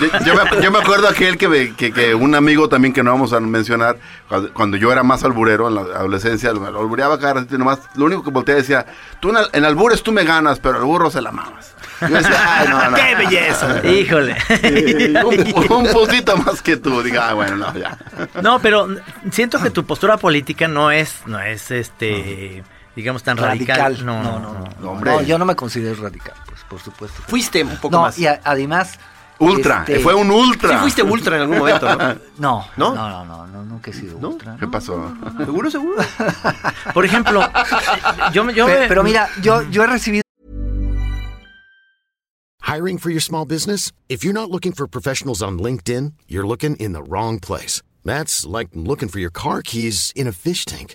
Yo, yo me, yo me acuerdo aquel que, me- que, que un amigo también que no vamos a mencionar, cuando, cuando yo era más alburero en la adolescencia, lo, lo albureaba cada ratito y nomás, lo único que volteé decía, tú en, al- en albures tú me ganas, pero al burro se la mamas. Yo decía, ay, no, no.
¡Qué belleza!
Ah, Híjole.
Un, un poquito más que tú. Diga, ah, bueno, no, ya.
No, pero siento que tu postura política no es, no es este, digamos, tan radical. No, no, no.
no, hombre.
No, yo no me considero radical, pues, por supuesto.
Fuiste un poco
No,
más.
y a- además.
Ultra,
este,
fue un ultra.
Sí fuiste ultra en algún momento, ¿no?
No,
¿No?
no, no, no, no, nunca he sido ultra.
¿Qué
no.
pasó?
¿Seguro, seguro?
Por ejemplo, yo, me- yo
Pe-
me-
Pero mira, yo, yo he recibido
Hiring for your small business? If you're not looking for professionals on LinkedIn, you're looking in the wrong place. That's like looking for your car keys in a fish tank.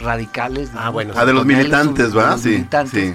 radicales.
Ah, bueno,
Ah, de los
Ponerle su-
militantes,
de
¿va?
los
Sí,
militantes,
sí.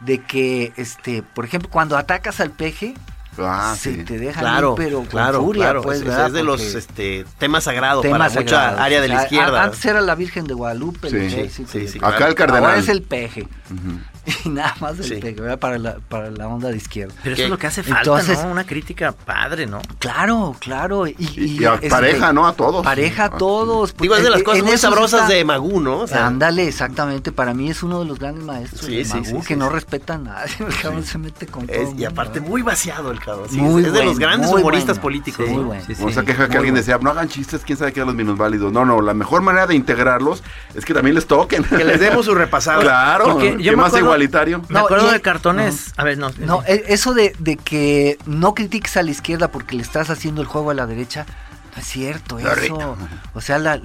De que, este, por ejemplo, cuando atacas al peje,
Ah,
se
sí.
te dejan
Claro,
ir, pero con
claro,
furia,
claro.
pues,
es, es
¿verdad?
de los
Porque
este, temas sagrados
temas
para
sagrados.
mucha área de la
O sea,
izquierda.
a- Antes era la Virgen de Guadalupe, el
Sí,
ejército,
sí, sí,
el-
Acá el
Ahora
cardenal.
es el peje. Y nada más el
Sí.
peje, ¿verdad? Para la, para la onda de izquierda.
pero eso es lo que hace falta,
Entonces-
¿no? Una crítica padre, ¿no?
Claro, claro. Y, este,
Y- y a pareja, ¿no? A todos.
Pareja a
Ah,
todos.
Digo, es de las
En-
cosas
en
muy
eso
sabrosas
está-
de Magú, ¿no? O sea,
Ándale, exactamente. Para mí es uno de los grandes maestros
Sí,
de
sí,
Magú,
sí,
que
sí,
no
sí.
respeta a nadie. El cabrón se mete con todo.
es-
el
y
mundo,
aparte
¿no?
muy vaciado el cabrón. sí,
Muy
es de los
bueno,
grandes
muy
humoristas
bueno,
políticos.
muy
¿no?
bueno.
Sí, sí.
O sea, queja que alguien decía, no hagan chistes, quién sabe qué de los minusválidos. No, no, la mejor manera de integrarlos es que también les toquen.
Que les demos su repasado.
Claro,
Porque
que
yo me
más
acuerdo-
igualitario.
Me
No,
acuerdo
y-
de cartones. A ver, no.
No, e- eso de, de que no critiques a la izquierda porque le estás haciendo el juego a la derecha, no es cierto eso. O sea, la-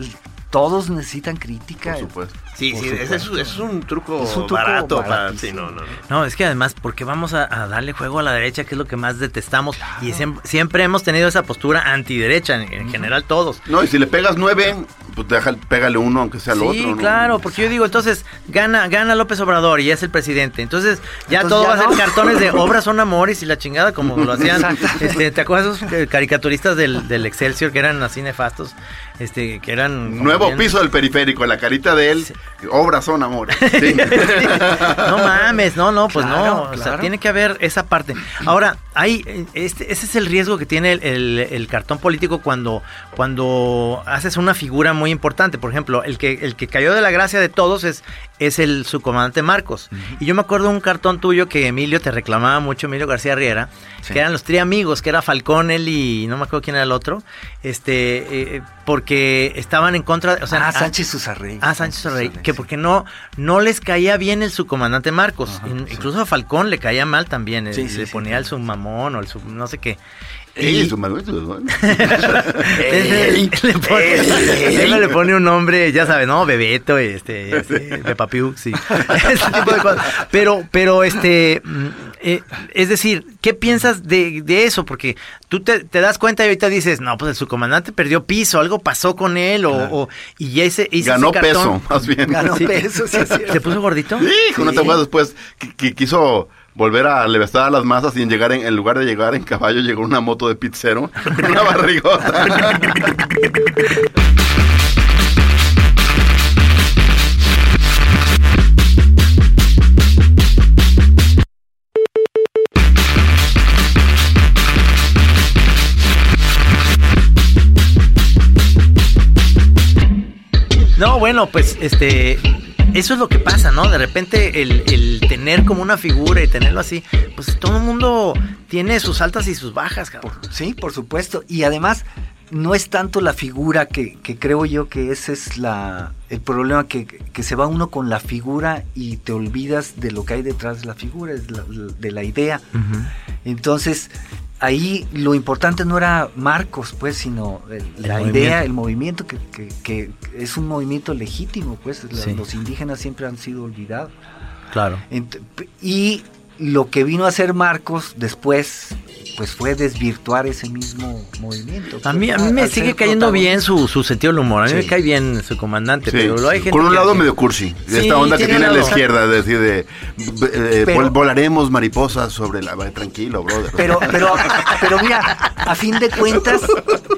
todos necesitan crítica.
Por supuesto.
Sí, sí, ese es, es un truco
Es un truco
barato. Para, sí,
baratísimo.
no, no, no.
No, es que además, porque vamos a, a darle juego a la derecha, que es lo que más detestamos. Y siem- siempre, hemos tenido esa postura antiderecha, en, en general todos.
No, y si le pegas nueve, pues deja, pégale uno, aunque sea al otro.
sí,
¿no?
claro, porque yo digo, entonces gana gana López Obrador y es el presidente. Entonces ya
Entonces
todo
ya
va a
no.
ser cartones de obras son amores y la chingada como lo hacían. Este, ¿Te acuerdas esos eh, caricaturistas del, del Excelsior que eran así nefastos? Este, que eran... como
Nuevo
bien-
piso del periférico, la carita de él, obras son amor. Sí.
No mames, no, no, pues
Claro,
no. O sea,
claro.
tiene que haber esa parte. Ahora, hay, eh, este, ese es el riesgo que tiene el, el- el cartón político cuando, cuando haces una figura muy importante. Por ejemplo, el que, el que cayó de la gracia de todos es, es el subcomandante Marcos. Y yo me acuerdo un cartón tuyo que Emilio te reclamaba mucho, Emilio García Riera, que eran los triamigos, que era Falcón, él y no me acuerdo quién era el otro, este, eh, eh, porque estaban en contra, o sea,
ah,
a-
Sánchez Usarrey.
Ah, Sánchez Orrey, que
sí.
porque no, no les caía bien el subcomandante Marcos.
Ajá,
In-
sí.
Incluso a Falcón le caía mal también. eh,
Sí, sí,
le
sí,
ponía el submamón o el sub no sé qué.
Ey,
Y-
su madre, su madre.
le, pone, Ella le pone un nombre, ya sabes, ¿no? Bebeto, este, este, Peppa Pig, sí. Ese tipo de cosas. Pero, pero, este, mm, eh, es decir, ¿qué piensas de, de eso? Porque tú te, te das cuenta y ahorita dices, no, pues su comandante perdió piso, algo pasó con él, o, o- y ya ese, hice
Ganó
ese cartón.
peso, más bien.
Ganó peso, sí, es cierto.
¿Se puso gordito?
Hijo, no te acuerdas después que, que quiso volver a levestar a las masas y en, llegar en, en lugar de llegar en caballo llegó una moto de pizzero con una barrigota.
No, bueno, pues este. Eso es lo que pasa, ¿no? De repente el, el tener como una figura y tenerlo así, pues todo el mundo tiene sus altas y sus bajas, cabrón.
Sí, por supuesto. Y además, no es tanto la figura que, que creo yo que ese es la, el problema, que, que se va uno con la figura y te olvidas de lo que hay detrás de la figura, es la- de la idea. Entonces, ahí lo importante no era Marcos, pues, sino el- la
movimiento.
idea, el movimiento, que, que- que es un movimiento legítimo, pues, la-
Sí.
los indígenas siempre han sido olvidados.
Claro.
Ent- p- y lo que vino a hacer Marcos después, pues fue desvirtuar ese mismo movimiento.
A mí, a mí
Al-
me
al
sigue
ser
cayendo bien su, su sentido del humor. A mí
Sí.
me cae bien su comandante,
Sí,
pero luego hay gente.
con un
que-
lado medio cursi, de
Sí,
esta onda que
tiene
tiene
un
la
lado.
izquierda, de decir de eh,
Pero-
vol- volaremos mariposas sobre la eh, tranquilo, brother.
Pero, pero, pero mira, a fin de cuentas,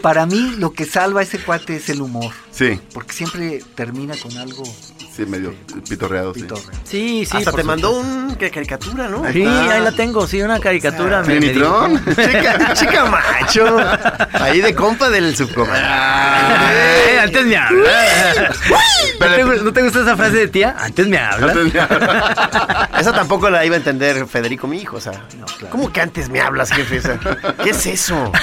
para mí lo que salva a ese cuate es el humor.
sí,
Porque siempre termina con algo
sí, medio pitorreado, sí.
pitorreo.
Sí, sí.
Hasta
por
te mandó
supuesto.
una caricatura, ¿no?
Sí, ahí la tengo, sí, una caricatura. me- me dijo.
Trinitron.
chica, chica macho. Ahí de compa del
Ah,
subcomandante.
Eh, antes me habla. ¿No te gu- ¿No te gusta esa frase de tía? Antes me habla.
Esa tampoco la iba a entender Federico, mi hijo. O sea,
claro.
¿cómo que antes me hablas, jefe? O sea, ¿Qué es eso?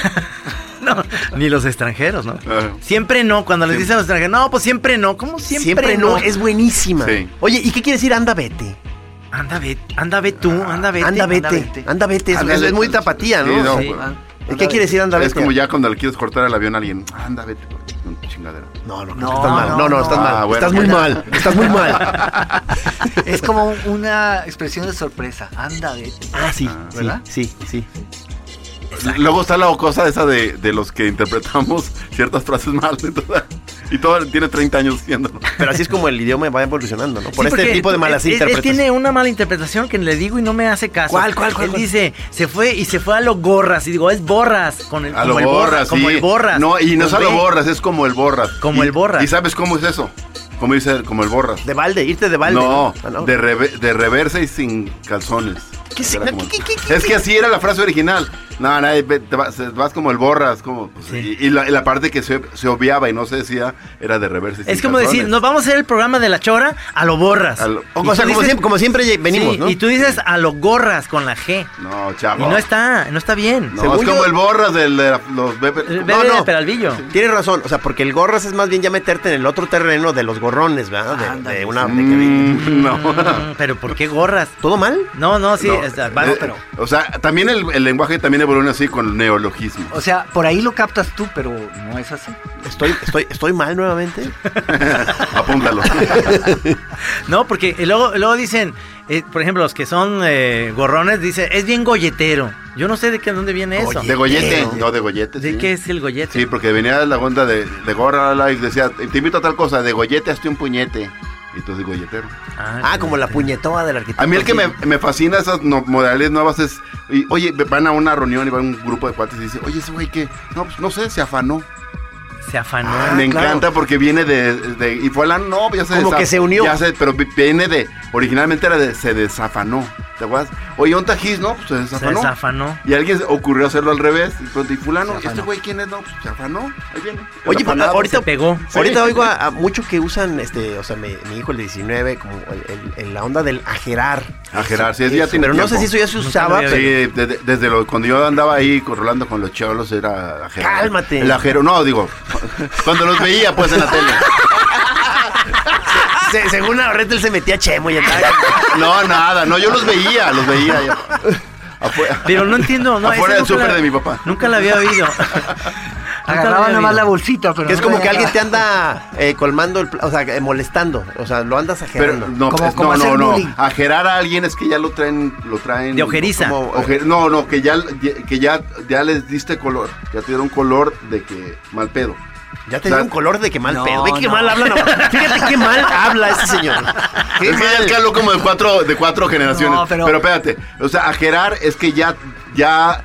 No, ni los extranjeros, ¿no?
Claro.
Siempre no, cuando les dicen a los extranjeros, no, pues siempre no, ¿cómo siempre, no?
es buenísima.
Sí.
Oye, ¿y qué quiere decir anda vete?
Anda, vete, anda, vete tú, anda, vete.
Anda vete. Anda
vete.
vete, es- es, muy tapatía, ¿no?
Sí, no,
Sí.
pues,
Ah,
¿Qué quiere decir anda vete?
Es como ya cuando le quieres cortar el avión a alguien. Anda, vete. con tu Chingadera.
No, no,
No,
no, estás mal. No, no,
no,
estás
no.
mal.
Ah, bueno.
estás muy mal. Estás muy mal.
Es como una expresión de sorpresa. Anda, vete.
Ah, sí,
sí, ¿verdad?
sí, sí.
Luego está la cosa esa de, de los que interpretamos ciertas frases mal. entonces, y todo tiene 30 años haciéndolo.
Pero así es como el idioma va evolucionando, ¿no? Por
Sí,
este
porque
tipo de malas
él- él- él
interpretaciones.
tiene una mala interpretación que le digo y no me hace caso.
¿Cuál, cuál, cuál,
Él
cuál?
dice, se fue y se fue a los gorras. Y digo, es borras. Con el,
A lo
como el
borras, sí.
Como el borras.
No, y no es
Con
a lo
B.
borras, es como el borras.
Como
Y-
el borras.
¿Y sabes cómo es eso? Como dice él, como el borras.
De balde, irte de balde.
no,
Ah, no.
De, reve- de reversa y sin calzones.
¿Qué significa?
Era como-
¿Qué- qué- qué-
es que así era la frase original. No, no, ve- te vas, vas como el borras. Como, pues, y, y la, y la parte que se, se obviaba y no se decía era de reversa y sin
Es como decir,
calzones.
nos vamos a hacer el programa de la chora a lo borras.
A lo-
Y
O sea,
tú
como
dices-
siempre, como siempre ye- venimos,
sí,
¿no?
Y tú dices a lo gorras con la G.
No, chavo.
Y no está, no está bien.
No,
Según
es como
yo-
el borras de la- los bebés.
El
No,
bebé
no.
de Peralvillo.
Tienes razón, o sea, porque el gorras es más bien ya meterte en el otro terreno de los gorrones, ¿verdad? De- De,
Ándale.
una... de que-
Mm, no.
Mm, Pero ¿por qué gorras?
¿Todo mal?
No, no, sí,
No,
está- va-
eh,
pero
O sea, también el, el lenguaje también volviendo así con neologismo.
O sea, por ahí lo captas tú, pero no es así.
Estoy, estoy, estoy mal nuevamente.
Apúntalo.
No, porque eh, luego, luego dicen, eh, por ejemplo, los que son eh, gorrones, dicen, es bien golletero. Yo no sé de qué, dónde viene eso.
de gollete. No, de gollete.
Eh, ¿De
sí.
qué es el gollete?
Sí, porque venía la onda de, de Gorra Live, decía, te invito a tal cosa, de gollete hazte un puñete. Y tú de golletero.
Ah, como la puñetoa del arquitecto.
A mí el que
Pues sí.
me, me fascina esas no- modalidades nuevas es, y, oye, van a una reunión y va un grupo de cuates y dice, oye, ese güey que, no, pues no sé, se afanó.
Se afanó.
Ah, me
Ah, claro.
encanta porque viene de, de- y fue la, no, ya se
Como que se unió.
Ya se, pero vi- viene de, originalmente era de, se desafanó, ¿te acuerdas? Oye, un tajís, no, pues se
Se
desafanó.
desafanó.
Y a alguien se ocurrió hacerlo al revés. Y pronto, y fulano, ¿este güey quién es? No, pues se afanó. Ahí viene.
Oye, pues,
El
pero
afanado.
ahorita
Se pegó.
Sí.
Ahorita oigo a, a mucho que usan, este, o sea, mi, mi hijo el 19, como el- el- el- la onda del ajerar.
Ajerar, sí, ya tiene
Pero no sé si eso
tiempo.
ya se
Nunca lo
usaba,
había
pero-
Sí, de- de- desde lo- cuando yo andaba ahí rolando con los cholos era ajero.
Cálmate.
El ajero, no, digo, cuando los veía pues en la tele.
Se- según Navarrete él se metía chemo y andaba.
No, nada, no, yo los veía, los veía. ya. Afuera.
Pero no entiendo. No,
Afuera
esa
del
nunca
súper
la-
de mi papá.
Nunca la había oído.
Agarraba
Ah, había
nomás
oído.
la bolsita, pero
que es
no
como
la-
que alguien te anda eh, colmando, el, pl- o sea, eh, molestando. O sea, lo andas
Pero
ajerando.
no,
Como-
es-
como
no,
hacer
no, no.
bullying.
Ajerar a alguien es que ya lo traen, lo traen.
De ojeriza.
como- oje- no, no, que ya, que ya, ya les diste color, ya te dieron color de que mal pedo.
ya te
o sea,
dio un color de que mal
no,
pedo. Ve qué
no.
mal habla. Navarrete. Fíjate qué mal habla ese señor. Qué
Es que ya
mal.
es que habló como de cuatro, de cuatro generaciones.
No,
pero...
pero-
espérate, o sea, ajerar es que ya, ya,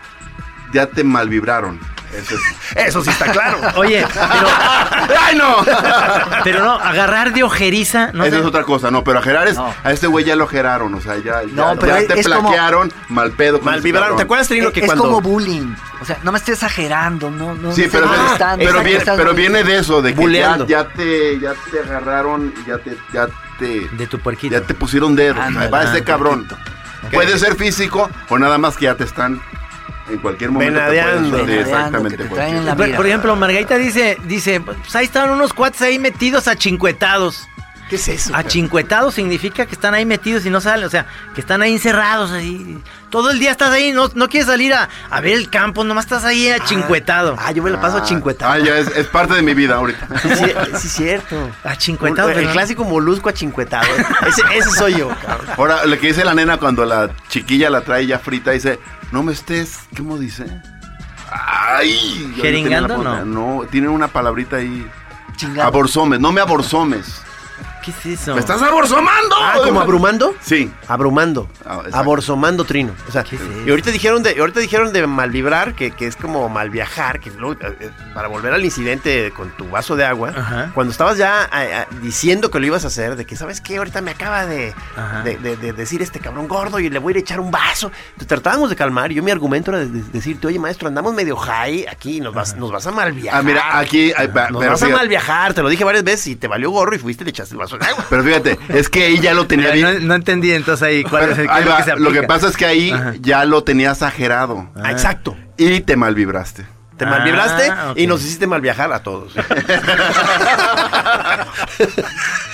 ya te malvibraron. Eso es.
Eso sí está claro.
Oye, pero,
¡Ay, no!
pero no, agarrar de ojeriza. No
Esa
sé.
es otra cosa, no, pero ajerar es,
No.
a este güey ya lo ajeraron, o sea, ya, ya-
No, pero
ya
es-
te
es como-
plaquearon, mal pedo. con ese
Malvibraron.
cabrón.
¿Te acuerdas, Trino, que
es
cuando.
como bullying. O sea, no me estés exagerando, no, no
Sí,
me
pero,
estés
pero-
molestando.
pero,
Exacto,
viene,
estás-
pero viene de eso, de que ya,
Buleando.
ya te, ya te agarraron, y ya te, ya te,
De tu puerquito.
ya te pusieron dedo.
Ándale,
ah,
va este
ándale,
cabrón.
poquito.
Puede ser físico o nada más que ya te están en cualquier momento. te
Venadeando.
pueden- sí,
Venadeando,
exactamente.
que te
cualquier-
traen la-
Por,
mira.
por ejemplo, Margarita dice, dice, pues ahí están unos cuates ahí metidos achincuetados.
¿Qué es eso?
Achincuetados significa que están ahí metidos y no salen, o sea, que están ahí encerrados ahí. Todo el día estás ahí, no, no quieres salir a, a ver el campo, nomás estás ahí achincuetado.
Ah, yo me la paso
Ah,
chincuetado.
Ah, ya es, es parte de mi vida ahorita.
Sí, sí, cierto.
Achincuetado,
eh,
Un- eh, El
pero-
clásico molusco achincuetado. Ese, ese soy yo, cabrón.
Ahora, lo que dice la nena cuando la chiquilla la trae ya frita, dice, no me estés, ¿cómo dice? Ay, ya tienen la
¿Jeringando,
punta. No, tienen una palabrita ahí.
Chingado.
Aborsomes, no me aborsomes.
¿Qué es eso?
¡Me estás aborzomando!
Ah, ¿como abrumando?
Sí.
Abrumando.
Ah, exacto.
aborzomando trino. O sea,
¿Qué es eso?
y ahorita dijeron de, ahorita dijeron de malvibrar, que, que es como malviajar, que luego, eh, eh, para volver al incidente con tu vaso de agua,
Ajá.
cuando estabas ya eh, eh, diciendo que lo ibas a hacer, de que sabes qué, ahorita me acaba de,
Ajá.
de, de- de decir este cabrón gordo y le voy a ir a echar un vaso. Te tratábamos de calmar, y yo mi argumento era de, de- decirte, oye maestro, andamos medio high aquí, nos vas, nos vas a malviajar.
Ah, mira, aquí... ah, pa-
Nos
pero
vas a
fíjate-
mal viajar, te lo dije varias veces y te valió gorro y fuiste y le echaste el vaso de agua.
Pero fíjate, es que ahí ya lo tenía
Mira,
bien.
no, no entendí entonces ahí cuál
Pero
es el qué
ahí
es lo
va,
que se
lo que
aplica.
pasa es que ahí
Ajá.
ya lo tenía exagerado
Ah, Exacto.
y te malvibraste.
Te
Ah,
malvibraste
ok.
y nos hiciste malviajar a todos.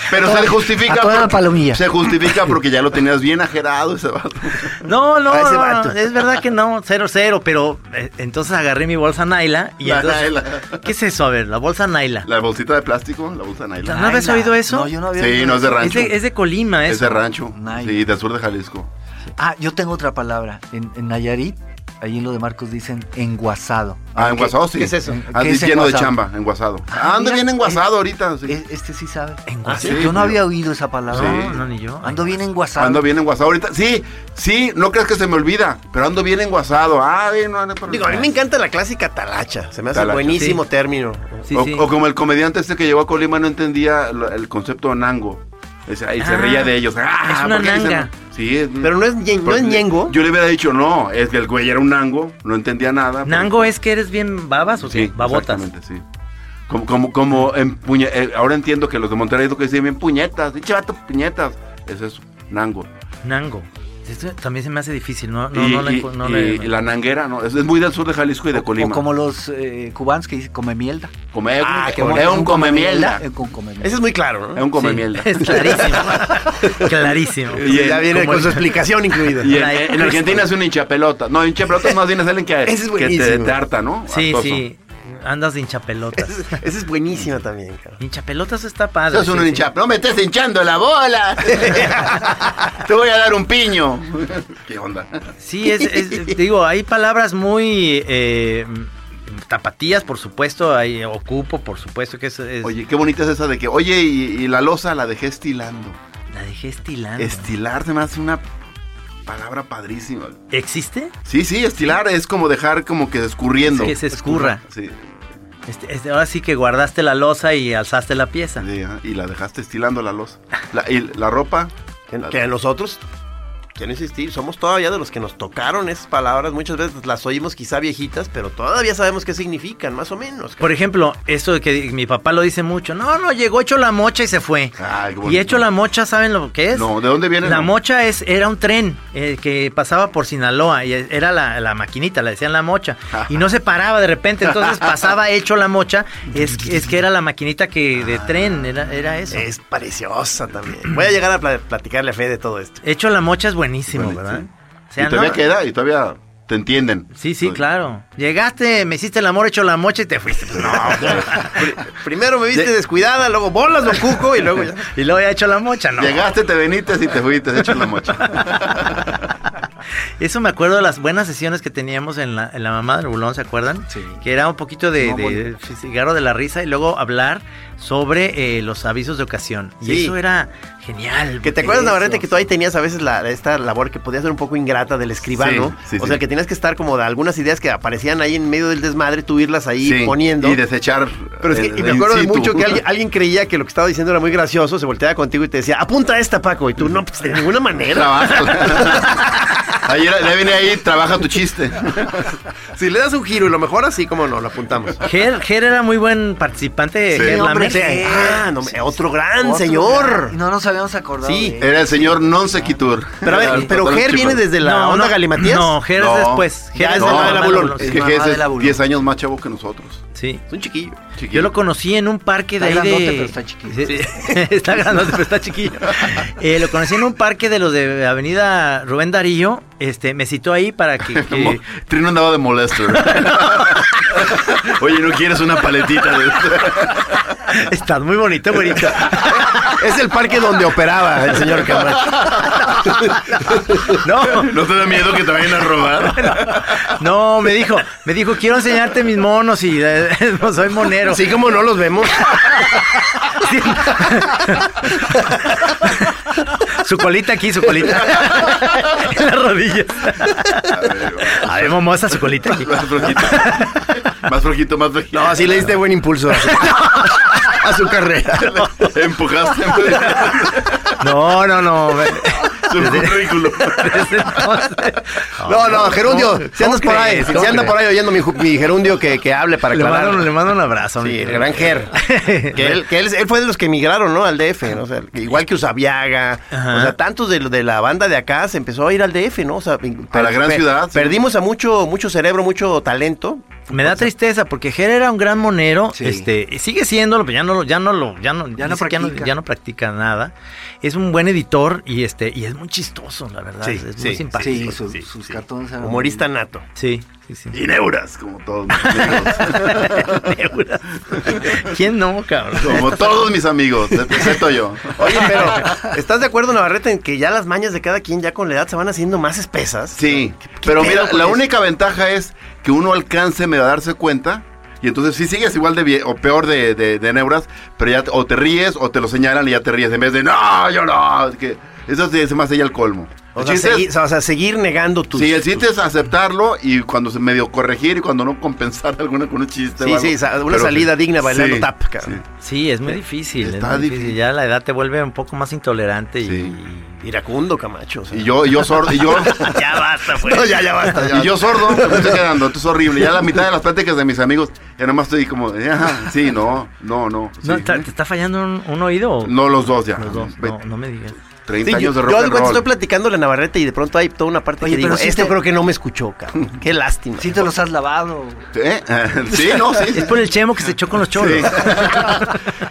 Pero se justifica.
a toda la palomilla.
Se justifica porque ya lo tenías bien ajerado ese vato.
No, no,
A ese
no,
vato.
no, es verdad que no, cero, cero, pero eh, entonces agarré mi bolsa Naila y
La
entonces-
Naila.
¿Qué es eso? A ver, la bolsa Naila.
La bolsita de plástico, la bolsa de
¿No
nylon.
Naila.
habías oído eso?
No, yo no había
Sí,
oído
no es de
eso.
rancho.
es, de, es de Colima,
Es
eso.
de rancho.
Nylon.
Sí, del sur de Jalisco.
Ah, yo tengo otra palabra. En, en Nayarit, ahí en lo de Marcos dicen enguasado.
Ah, enguasado sí.
qué es eso?
Ah,
¿Qué es
lleno de
enguasado?
chamba, enguasado. Ah, ando
mira,
bien enguasado
es-
ahorita. sí.
E- Este sí sabe.
Enguasado.
Ah, sí,
yo no
yo-
había oído esa palabra.
Sí.
No, no, ni yo.
Ando bien enguasado.
Ando bien enguasado ahorita. Sí, sí, no crees que se me olvida, pero ando bien enguasado. Ah, bien, no, no, pero-
Digo, a mí me encanta la clásica talacha. Se me hace
Talacha,
buenísimo
sí.
término.
Sí,
o,
sí.
o como el comediante este que llegó a Colima no entendía lo- el concepto de nango. Decía, y se
Ah,
reía de ellos. Ah,
es una
¿por qué dicen
nanga.
no? Sí, es-
Pero no es, ñe- no
Porque
es ñengo.
Yo le hubiera dicho, no, es que el güey era un nango, no entendía nada.
Nango es que eres bien babas o
Sí,
qué? babotas.
Exactamente, sí. Como, como, como en puñe- eh, ahora entiendo que los de Monterrey lo que dicen bien puñetas, pinche vato, puñetas. Es eso, nango.
Nango. Se Esto también se me hace difícil, no, no,
y,
no, le
y-
encu- no
y-
le-
y la nanguera, ¿no? Es, es muy del sur de Jalisco y de Colima.
O como los eh, cubanos que dicen come mielda.
Come-
Ah,
es
qué
un-
bonito.
es un come
Eh,
mierda.
con come mielda.
Ese es muy claro, ¿no?
Es un come mierda.
Es clarísimo. clarísimo.
Y en-
ya viene
como
con
en-
su explicación incluida.
Y en, en Argentina es un hinchapelota. No, hinchapelota es más bien es alguien que,
Ese es
que te,
buenísimo.
te harta, ¿no?
Sí,
Hartoso.
sí. Andas de hinchapelotas.
Esa es buenísima también, cabrón.
Hinchapelotas está padre.
Sos un
sí, sí.
hincha- No me estés hinchando la bola. te voy a dar un piño. ¿Qué onda?
Sí, es, es- digo, hay palabras muy eh, tapatías, por supuesto, hay ocupo, por supuesto, que es, es-
Oye, qué bonita es esa de que, oye, y, y la losa la dejé estilando.
la dejé estilando.
Estilar se me hace una palabra padrísima.
¿Existe?
Sí, sí, estilar es como dejar como que escurriendo.
Que se escurra.
Sí,
Este- este, ahora sí que guardaste la losa y alzaste la pieza.
sí, ajá, y la dejaste estilando la losa. La, y la ropa.
Que-
la-
Que a nosotros, quiero insistir, somos todavía de los que nos tocaron esas palabras. Muchas veces las oímos quizá viejitas, pero todavía sabemos qué significan, más o menos.
Por ejemplo, esto de que di- mi papá lo dice mucho. No, no, llegó hecho la mocha y se fue.
Ay, Ah, qué
y
bonito.
hecho la mocha, ¿saben lo que es?
No, ¿de dónde viene?
La
No.
mocha es, era un tren eh, que pasaba por Sinaloa y era la, la maquinita, la decían la mocha. Y no se paraba de repente, entonces pasaba hecho la mocha. Es, es que era la maquinita que de tren, era, era eso.
Es preciosa también. Voy a llegar a pla- platicarle a Fe de todo esto.
Hecho la mocha es buenísimo,
Buenísimo.
¿verdad? O
Y
sea,
todavía
no-
queda y todavía te entienden.
Sí, sí, claro. Llegaste, me hiciste el amor, hecho la mocha y te fuiste. Pues no.
Primero me viste descuidada, luego bolas lo cuco y luego ya.
y luego ya hecho la mocha, ¿no?
Llegaste, te veniste y te fuiste, hecho la mocha.
Eso me acuerdo de las buenas sesiones que teníamos en la, en la mamá del bulón, ¿se acuerdan?
Sí.
Que era un poquito de,
No,
de cigarro de la risa y luego hablar sobre eh, los avisos de ocasión. Y
Sí.
eso era genial.
Que te acuerdas, Navarrete, que tú ahí tenías a veces la- esta labor que podía ser un poco ingrata del escribano.
Sí, sí,
o
sí.
sea, que tenías que estar como de algunas ideas que aparecían ahí en medio del desmadre, tú irlas ahí
Sí,
poniendo.
Y desechar.
Pero es que
eh,
y me
in
acuerdo de
situ.
mucho que alguien, alguien creía que lo que estaba diciendo era muy gracioso, se volteaba contigo y te decía, apunta esta, Paco. Y tú, no, pues de ninguna manera.
Trabaja. Ahí era- ya viene ahí, trabaja tu chiste.
Si le das un giro y lo mejor así, como no, lo apuntamos.
Ger, Ger era muy buen participante.
Sí.
Ger
Sí,
Lamer.
Hombre, te- ah, no, me- otro gran
Otro
señor.
lugar. Y No nos habíamos acordado.
Sí,
de él.
Era el señor non sequitur.
Pero a
Era
ver,
el
pero
patrón
Ger
chipper.
viene desde la
No,
onda
no,
Galimatías.
No, Ger
No.
es después. Ger
Ya
es
es
de
mamá
No,
la
del
mamá
abulón.
del
es
abulón.
que
mamá
Ger
de la
es
Bulón.
10 años más chavo que nosotros.
Sí.
Es un chiquillo.
Chiquillo.
Yo lo conocí en un parque de
Está
ahí de...
grandote, pero está chiquillo.
Sí, está grandote, pero está chiquillo. Eh, lo conocí en un parque de los de Avenida Rubén Darío. Este, me citó ahí para que... que-
Mo- Trino andaba de molester. Oye, ¿no quieres una paletita? De...
Estás muy bonito, güerito.
Es el parque donde operaba el señor Camacho.
No,
¿No te da miedo que te vayan a robar?
no, me dijo, me dijo, quiero enseñarte mis monos y eh, no soy monero.
Así como no los vemos.
Su colita aquí, su colita. en las rodillas. A ver, momosa, su colita aquí.
más flojito. Más flojito, más flojito.
No, así le diste buen impulso a su, a su carrera.
Empujaste
No, no, no. me-
su currículum.
Desde entonces...
No, no, Gerundio,
¿cómo-
si andas
cómo
por ahí,
crees?
si
¿Cómo
anda por ahí oyendo mi, ju- mi Gerundio que, que hable para
Le
aclarar.
mando, le mando un abrazo.
Sí, el gran Ger. que él, que él, él fue de los que emigraron, ¿no? Al DF, ¿no? O sea, que igual que Usabiaga.
Ajá.
O sea, tantos de, de la banda de acá se empezó a ir al DF, ¿no? O sea,
A la gran ciudad, sí.
Perdimos a mucho, mucho cerebro, mucho talento.
Me da tristeza porque Ger era un gran monero,
Sí.
este, sigue siéndolo, pero ya no lo, ya no lo, ya no,
Ya no
dice que
practica.
ya no practica nada. Es un buen editor y este, y es muy chistoso, la verdad.
Sí,
es es
sí,
muy
sí,
simpático.
Sí, su-
sí,
sus
sí.
cartones
Ah.
eran.
Humorista nato.
Sí, sí, sí.
Y neuras, como todos mis amigos.
¿Quién no, cabrón?
Como todos mis amigos, excepto yo.
Oye, pero ¿estás de acuerdo, Navarrete, en que ya las mañas de cada quien ya con la edad se van haciendo más espesas?
Sí,
¿Qué- qué
pero
pedo
mira,
con
la
eso?
única ventaja es que uno alcance a darse cuenta. Y entonces sí sigues igual de vie- o peor de, de- de neuras, pero ya te- o te ríes o te lo señalan y ya te ríes en vez de no, yo no. que eso se, se me hace ya el colmo.
O
El
sea,
chiste es-
segui- o sea, seguir negando tus...
sí, el chiste
tus-
es aceptarlo y cuando se medio corregir y cuando no compensar alguna con un chiste. o
Sí,
algo.
sí, sa- una
Pero-
salida digna bailando
sí,
tap, cabrón.
sí.
Sí, es muy difícil. es
Está
muy difícil.
difícil.
Ya la edad te vuelve un poco más intolerante y,
Sí.
Iracundo, Camacho. o sea.
Y yo, y yo sordo, y yo,
ya basta, pues.
No, ya, ya basta. ya
y yo sordo, pues, me estoy quedando, esto es horrible. Ya la mitad de las pláticas de mis amigos, ya nomás estoy como, eh, ajá, sí, no, no, no.
No,
sí.
¿Te te está fallando un, un oído? o-
No, los dos ya.
Los dos, no, no me digas.
30
Sí,
años
yo,
de rock
yo
and
de cuenta,
roll.
estoy platicando la Navarrete y de pronto hay toda una parte
Oye,
que
pero
digo,
sí
este
te-
creo que no me escuchó, cabrón. Qué lástima.
Sí te los has lavado.
¿Eh? Sí, no, sí.
Es por el chemo que se echó con los cholos.
Sí.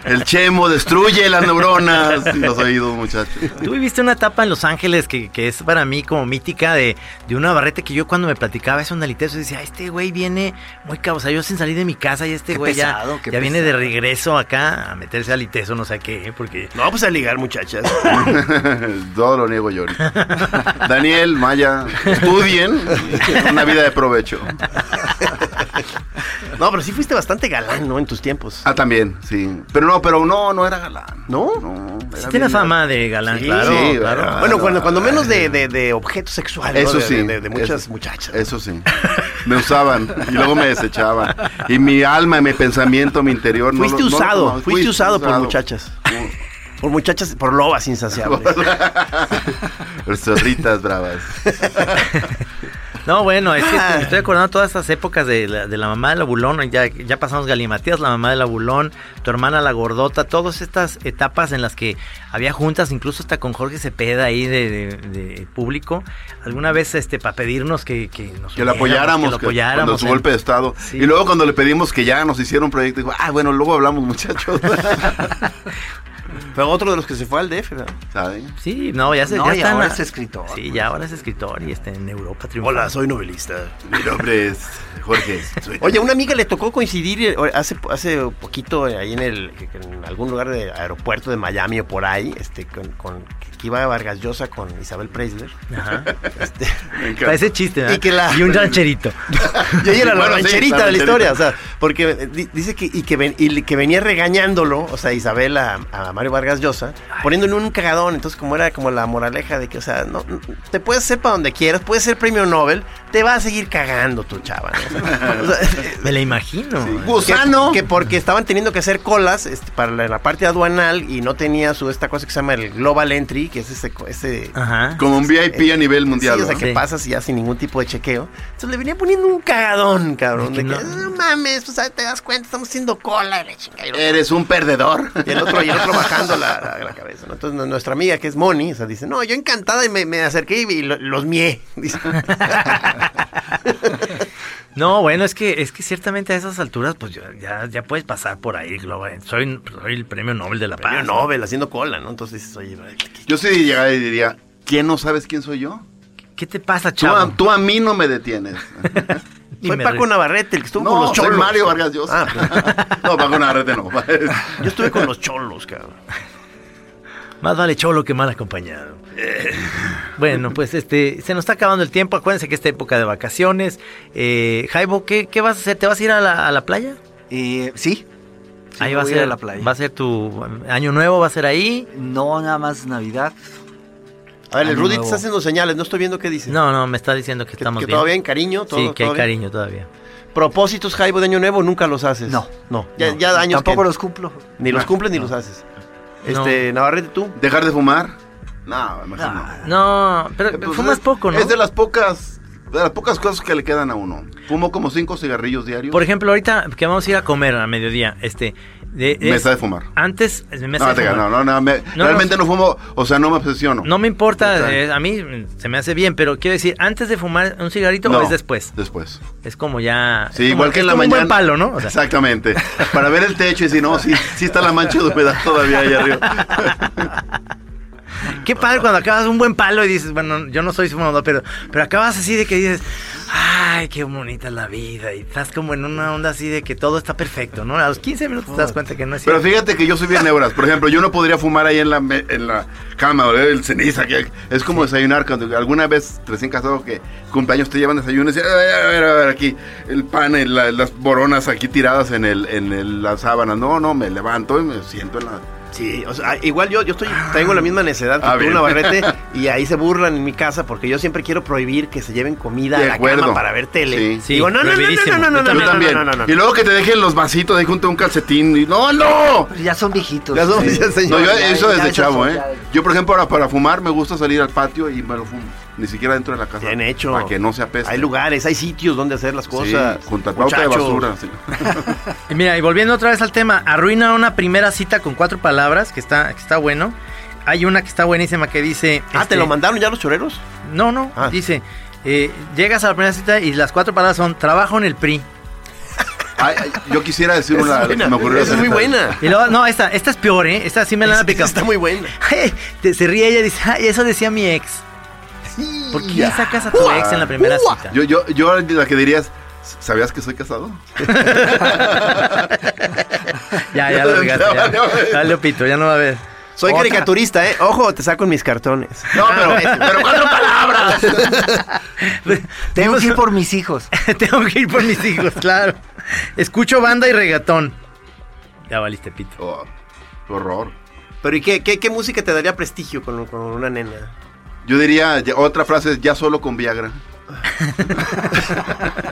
El chemo destruye las neuronas y los oídos, muchachos.
Tú viviste una etapa en Los Ángeles que, que es para mí como mítica de, de una barrete que yo cuando me platicaba eso en Aliteso decía, este güey viene muy cabo, o sea, yo sin salir de mi casa y este
Qué
güey ya,
pesado, qué
ya viene de
pesado.
regreso acá a meterse a Aliteso, no sé a qué, ¿eh? porque...
No, pues a ligar, muchachas.
Todo lo niego yo. ahorita. Daniel, Maya, estudien una vida de provecho.
No, pero sí fuiste bastante galán, ¿no? En tus tiempos.
Ah, también, sí. Pero no, pero no, no era galán.
¿No?
No,
Sí
era bien-
tiene fama de galán,
Sí,
claro.
sí,
claro.
Ah,
bueno,
no,
cuando, cuando
ah,
menos de, de, de objeto sexual, Ah, ¿no?
Eso
De-
sí.
De, de muchas
Eso-
muchachas.
Eso sí. Me usaban y luego me desechaban. Y mi alma, mi pensamiento, mi interior. no
Fuiste
lo- no lo
usado,
tomaba.
fuiste usado por muchachas. Por muchachas, por lobas insaciables.
Por Zorritas bravas.
No, bueno, es que
Ah.
me estoy acordando todas estas épocas de la, de la mamá del abulón, ya, ya pasamos Galimatías, la mamá del abulón, tu hermana la gordota, todas estas etapas en las que había juntas, incluso hasta con Jorge Cepeda ahí de, de- de público, alguna vez este para pedirnos que, que nos
Que
uniéramos,
lo apoyáramos,
que lo
que- cuando
apoyáramos.
su
en-
golpe de estado.
Sí.
Y luego cuando le pedimos que ya nos hiciera un proyecto, dijo, ah, bueno, luego hablamos, muchachos.
Pero otro de los que se fue al DF, ¿verdad?
¿Saben?
Sí, no, ya se
No,
ya
y
están
ahora
a-
es escritor. pues.
Sí, ya ahora es escritor y está en Europa triunfando.
Hola, soy novelista.
Mi nombre es Jorge. Soy-
Oye, a una amiga le tocó coincidir eh, hace, hace poquito eh, ahí en, el, en algún lugar de aeropuerto de Miami o por ahí, este, con, con- que iba Vargas Llosa con Isabel Preisler.
Ajá.
Este,
me encanta.
Está ese chiste, ¿verdad?
Y que la-
un rancherito.
y ella era la
Bueno, sí,
rancherita
la
de la
rancherita.
historia, o sea, porque eh, di- dice que, y que, ven- y que venía regañándolo, o sea, Isabel a, a Mario Vargas Llosa, poniéndole un cagadón, entonces como era como la moraleja de que, o sea, no, te puedes hacer para donde quieras, puedes ser premio Nobel, te va a seguir cagando tu chava. ¿no? O sea, o sea,
Me la imagino.
Sí.
¿eh?
Gusano.
Que, que porque estaban teniendo que hacer colas este, para la, la parte aduanal y no tenía su esta cosa que se llama el Global Entry, que es ese... co- ese
Ajá.
Como un VIP a nivel mundial.
Sí, o sea,
¿no?
que
Ah. Sí.
pasas y ya sin ningún tipo de chequeo. Entonces le venía poniendo un cagadón, cabrón.
De
De
que
que,
no.
no mames, pues ahí te das cuenta, estamos haciendo cola. y la chingada. Y el otro-
Eres un perdedor.
y el otro, y el otro bajando la, la- la cabeza. ¿no? Entonces nuestra amiga, que es Moni, o sea, dice, no, yo encantada y me, me acerqué y, vi- lo- los mié. Dice.
No, bueno, es que es que ciertamente a esas alturas, pues ya, ya, ya puedes pasar por ahí, Global. Soy, soy el premio Nobel de la
Premio
Paz. ¿no?
Nobel, haciendo cola, ¿no? Entonces dices, oye, ¿qué-
Yo sí llegaría y diría, ¿quién no sabes quién soy yo?
¿Qué te pasa,
Tú
chavo?
a, tú a mí no me detienes.
Ni
Soy
me
Paco
ríes.
Navarrete, el que estuvo
no,
con los
soy
cholos.
Mario Vargas
Ah,
Llosa. no, Paco Navarrete no.
Yo estuve con los cholos, cabrón.
Más vale cholo que mal acompañado.
Eh.
bueno, pues este, se nos está acabando el tiempo. Acuérdense que esta época de vacaciones. Eh, Jaibo, ¿qué, qué vas a hacer? ¿Te vas a ir a la, a la playa?
Eh, sí. Sí,
ahí
me
va a
voy
ser
a la playa.
Va a ser tu año nuevo, va a ser ahí.
No nada más Navidad.
A ver, el
Año
Rudy te
nuevo.
está haciendo señales, no estoy viendo qué dice.
No, no, me está diciendo que,
que,
estamos
que
bien.
todavía en cariño, todo,
sí, que hay
todavía.
cariño todavía.
Propósitos, Jaibo, de año nuevo, nunca los haces.
No.
No, ya,
No,
ya años
Tampoco
que
los cumplo.
ni los cumples ni los haces. Este, Navarrete, tú.
¿Dejar de fumar? No, mejor no.
No, pero
Pues
Ah, fumas
es-
poco, ¿no?
Es de las pocas, de las pocas cosas que le quedan a uno. Fumo como cinco cigarrillos diarios.
Por ejemplo, ahorita que vamos a ir a comer a mediodía, este, de, es-
mesa de fumar.
antes eh, mesa
no,
de
te
fumar.
no, no, no, me-
No,
realmente
no.
no, fumo, o sea, no me obsesiono.
No me importa,
Total.
eh, a mí mm, se me hace bien, pero quiero decir, antes de fumar un cigarrito
No,
o es después.
Después.
Es como ya.
Sí,
es como-
igual que
es
en la
como
mañana.
Un buen palo, ¿no? O sea,
Exactamente. Para ver el techo y si no, sí, sí está la mancha de humedad todavía ahí arriba.
qué padre cuando acabas un buen palo y dices, bueno, yo no soy fumador, pero, pero acabas así de que dices, ay, qué bonita es la vida. Y estás como en una onda así de que todo está perfecto, ¿no? A los 15 minutos te das cuenta que no es
Pero
cierto.
fíjate que yo soy bien neuras. Por ejemplo, yo no podría fumar ahí en la, me- en la cama, ¿verdad? el ceniza. Que es como desayunar. Cuando alguna vez, recién casado, que cumpleaños te llevan desayuno y dicen, a ver, a ver, a ver, aquí, el pan, el- la- las boronas aquí tiradas en, el, en el- la sábana. No, no, me levanto y me siento en la...
Sí, o sea, igual yo, yo estoy, tengo la misma necesidad
Ah,
que tú,
bien.
Navarrete, y ahí se burlan en mi casa porque yo siempre quiero prohibir que se lleven comida
De
a la
acuerdo.
cama para ver tele.
Sí.
Sí,
Digo, no, no, no,
prohibidísimo.
no, no, no, no,
Yo
no,
también.
no, no, no, no.
Y luego que te dejen los vasitos ahí junto a un calcetín. Y, no, no.
Pero ya son viejitos.
Ya son-
Sí.
ya, señor.
No, yo
Ya,
eso
ya
desde
esas
chavo,
son
¿eh?
ya-
Yo, por ejemplo, ahora para fumar me gusta salir al patio y me lo fumo. Ni siquiera dentro de la casa.
Bien hecho.
Para que no se apeste.
Hay lugares, hay sitios donde hacer las cosas.
Sí, junto a pauta de
Muchachos.
basura. sí.
Y mira, y volviendo otra vez al tema, arruina una primera cita con cuatro palabras, que está, que está bueno. hay una que está buenísima que dice.
Ah,
este,
¿te lo mandaron ya los choreros?
No, no.
Ah.
Dice: eh, Llegas a la primera cita y las cuatro palabras son: Trabajo en el PRI.
Ay, ay, yo quisiera decir
Es
una.
buena,
me ocurrió
es
hacer
muy
esta-
buena.
Y luego, no, esta, esta es peor, ¿eh? Esta sí me la han
Esa- esa
aplicado.
Está muy buena.
Ay, te- se ríe ella y dice, ay, eso decía mi ex. ¿Por qué
Ya.
sacas a tu ex en la primera cita?
Yo, yo, yo la que dirías, ¿sabías que soy casado?
ya, ya lo regaste,
Ya
ya.
valió, güey.
Dale, Pito, ya no va a ver.
Soy caricaturista, ¿eh? Ojo, te saco en mis cartones.
No, pero, pero cuatro palabras.
Tengo que ir por mis hijos.
Tengo que ir por mis hijos, claro. Escucho banda y regatón. Ya valiste, Pito.
Oh, qué horror.
Pero ¿y qué, qué, qué música te daría prestigio con, con una nena?
Yo diría, ya- otra frase, ya solo con Viagra.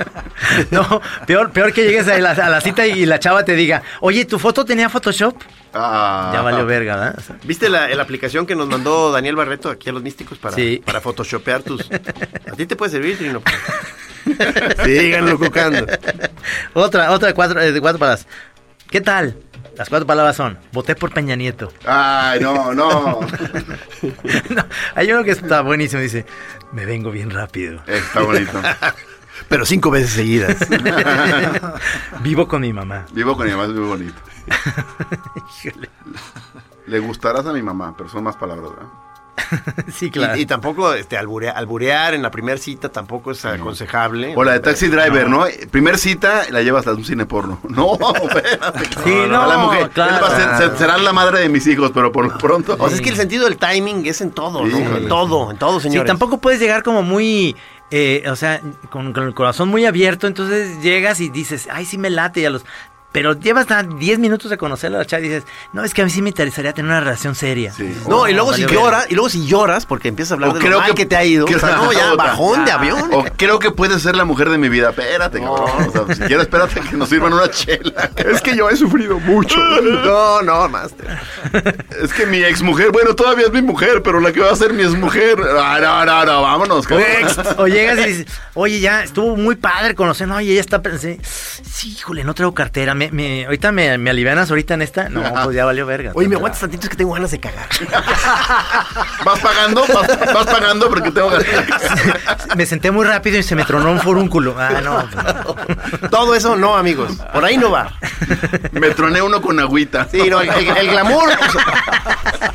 No, peor, peor que llegues a la, a la cita y la chava te diga, oye, ¿tu foto tenía Photoshop?
Ah,
Ya valió verga, ¿verdad? O sea,
¿Viste la, la aplicación que nos mandó Daniel Barreto aquí a los místicos para,
Sí.
para photoshopear tus. A ti te puede servir, Trino. Síganlo cucando.
Otra, otra de cuatro, eh, de cuatro palabras. ¿Qué tal? Las cuatro palabras son, voté por Peña Nieto.
Ay, no, no.
No, hay uno que está buenísimo, dice, me vengo bien rápido.
Está bonito.
Pero cinco veces seguidas.
Vivo con mi mamá.
Vivo con mi mamá, es muy bonito. Le gustarás a mi mamá, pero son más palabras, ¿verdad?
sí, claro.
Y, y tampoco este, alburea- alburear en la primera cita tampoco es aconsejable.
O la de Taxi Driver, ¿no? Primer cita, la llevas a un cine porno. No, espérate.
Sí, no,
A la mujer.
claro.
Él va a ser- se- será la madre de mis hijos, pero por lo pronto.
O sea, Pues es que el sentido del timing es en todo, ¿no?
Híjole.
En todo, en todo,
Sí,
señores.
tampoco puedes llegar como muy, eh, o sea, con, con el corazón muy abierto, entonces llegas y dices, ay, sí me late, y a los... Pero llevas nada 10 minutos de conocerla a la chava y dices, no, es que a mí sí me interesaría tener una relación seria.
Sí.
No, y luego si
valió
lloras, y luego si lloras, porque empiezas a hablar
O
de
creo
lo mal
que-
que, te ha ido.
que-
o sea, no, ya,
otra.
bajón de avión.
O creo que puedes ser la mujer de mi vida. Espérate, cabrón. O sea, si quieres, espérate que nos sirvan una chela. Es que yo he sufrido mucho.
No, no, más.
Es que mi ex mujer, bueno, todavía es mi mujer, pero la que va a ser mi ex mujer. Ah, no, no, no, vámonos. cabrón.
O llegas y dices, oye, ya estuvo muy padre conocer, no, y ella está pensé, sí, híjole, no traigo cartera, me, me- ahorita me, me alivianas ahorita en esta, no, pues ya valió verga.
Oye, me aguantas tantito es que tengo ganas de cagar.
Vas pagando, vas, vas pagando porque tengo ganas.
Me senté muy rápido y se me tronó un forúnculo. Ah, no. pues, no.
Todo eso no, amigos. Por ahí no va.
Me troné uno con agüita.
Sí, no, el, el- el glamour. o sea,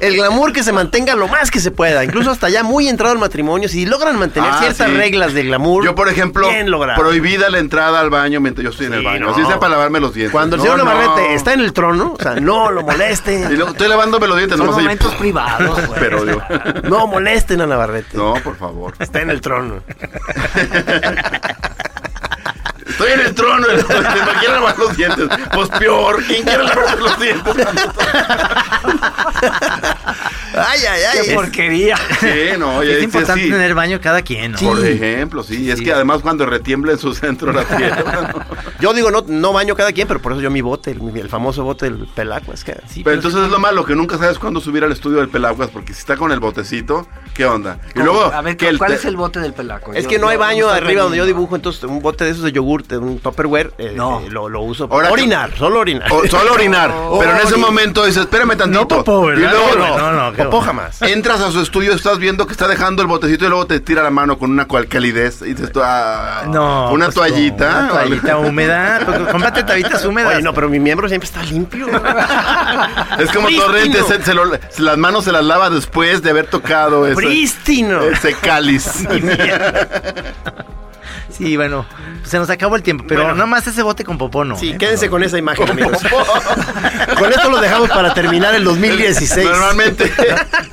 el glamour que se mantenga lo más que se pueda. Incluso hasta ya muy entrado al matrimonio. Si logran mantener
Ah,
ciertas
sí.
reglas del glamour.
Yo, por ejemplo,
Bien logrado.
prohibida la entrada al baño mientras yo estoy en el
Sí,
baño.
no.
Así sea para lavarme los dientes.
Cuando el
No,
señor
no.
Navarrete está en el trono, o sea, no lo
Y
molesten.
luego estoy lavándome los dientes,
Son
nomás oye,
momentos privados, güey.
Pero yo.
No molesten a Navarrete.
No, por favor.
Está en el trono.
Estoy en el trono, el- el- el- no quiero lavar los dientes. Pues peor, ¿quién quiere lavarse los dientes?
Ay, ay, ay.
¡Qué porquería!
Sí, no, oye,
es
sí,
importante
sí.
tener baño cada quien, ¿no?
Por ejemplo, sí. Es que además cuando retiembla en su centro la tierra.
Yo digo, no, no baño cada quien, pero por eso yo mi bote, el, mi- el famoso bote del pelaco. Es que
Sí,
Pero entonces es lo malo, que nunca sabes cuándo subir al estudio del Pelaguas, porque si está con el botecito, ¿qué onda? Y luego,
a ver,
que el
¿cuál
te-
es el bote del pelaco?
Es
Yo-
que no
yo-
hay
yo
baño
estoy
arriba donde yo
perdido.
dibujo, entonces un bote de esos de yogurt, de un tupperware, eh,
No.
eh, lo, lo uso.
Ahora
para
que-
orinar, solo orinar.
O solo orinar. pero en ese momento dices, espérame tantito.
Oh, No popó, ¿verdad?
Y luego
No, no, no, qué
Popó
bueno.
jamás.
Entras a su estudio, estás viendo que está dejando el botecito y luego te tira la mano con una cual calidez y dices tú, ah,
No.
una
pues,
toallita.
Una
o algo.
toallita húmeda. pues, Cómprate toallitas húmedas.
Oye, no, pero mi miembro siempre está limpio.
Es como
Prístino.
torrente, se- se lo- se- las manos se las lava después de haber tocado ese,
Prístino.
ese cáliz.
Sí, bueno, pues, se nos acabó el tiempo, pero
Bueno.
nada más ese bote con popó no.
Sí,
¿eh?
quédense con esa imagen, amigos. con esto lo dejamos para terminar el 2016.
Normalmente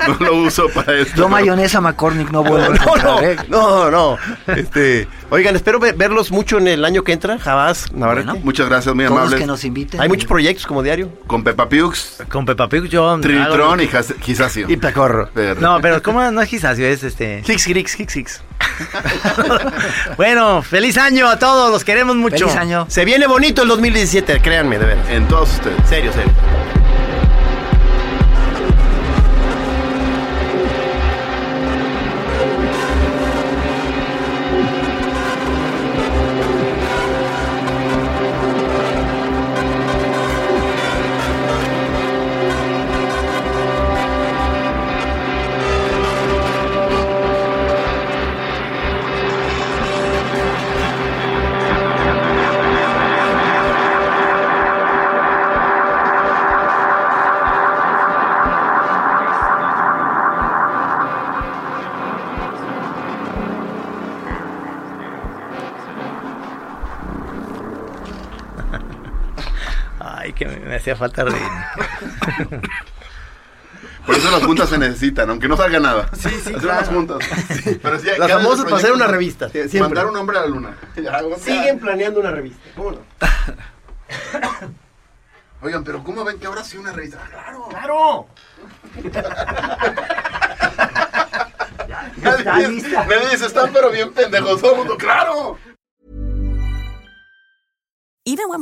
no lo uso para esto.
Yo mayonesa McCormick no vuelvo a
No, no,
encontrar, ¿eh?
no, no. Este, oigan, espero ve- verlos mucho en el año que entra, jamás, Navarrete.
Bueno.
Muchas gracias, muy
Todos que
amables.
nos inviten.
Hay muchos proyectos como diario.
Con Peppa Piux,
Con Peppa Pig yo...
Trinitron y Jas- Gisacio.
Y Pecorro.
Pero-
No, pero ¿cómo no es Gisacio? Es este...
Hicks, Hicks, Hicks, Hicks.
Bueno, feliz año a todos, los queremos mucho.
¡Feliz año!
Se viene bonito el 2017, créanme, de verdad.
En todos ustedes.
Serio, serio.
Ay, que me, me hacía falta reír.
Por eso las juntas se necesitan, aunque no salga nada. Sí, sí, Hacer unas juntas. Pero sí,
Las
cada
famosas para hacer una
proyecto-
revista, sí, siempre.
Mandar un hombre a la luna. Ya, o sea,
Siguen planeando una revista. ¿Cómo no?
Oigan, pero ¿cómo ven que ahora sí una revista? Ah, claro.
¡Claro!
Nadie, dice- nadie dice, están pero bien pendejos. Todo el mundo, claro.
Even when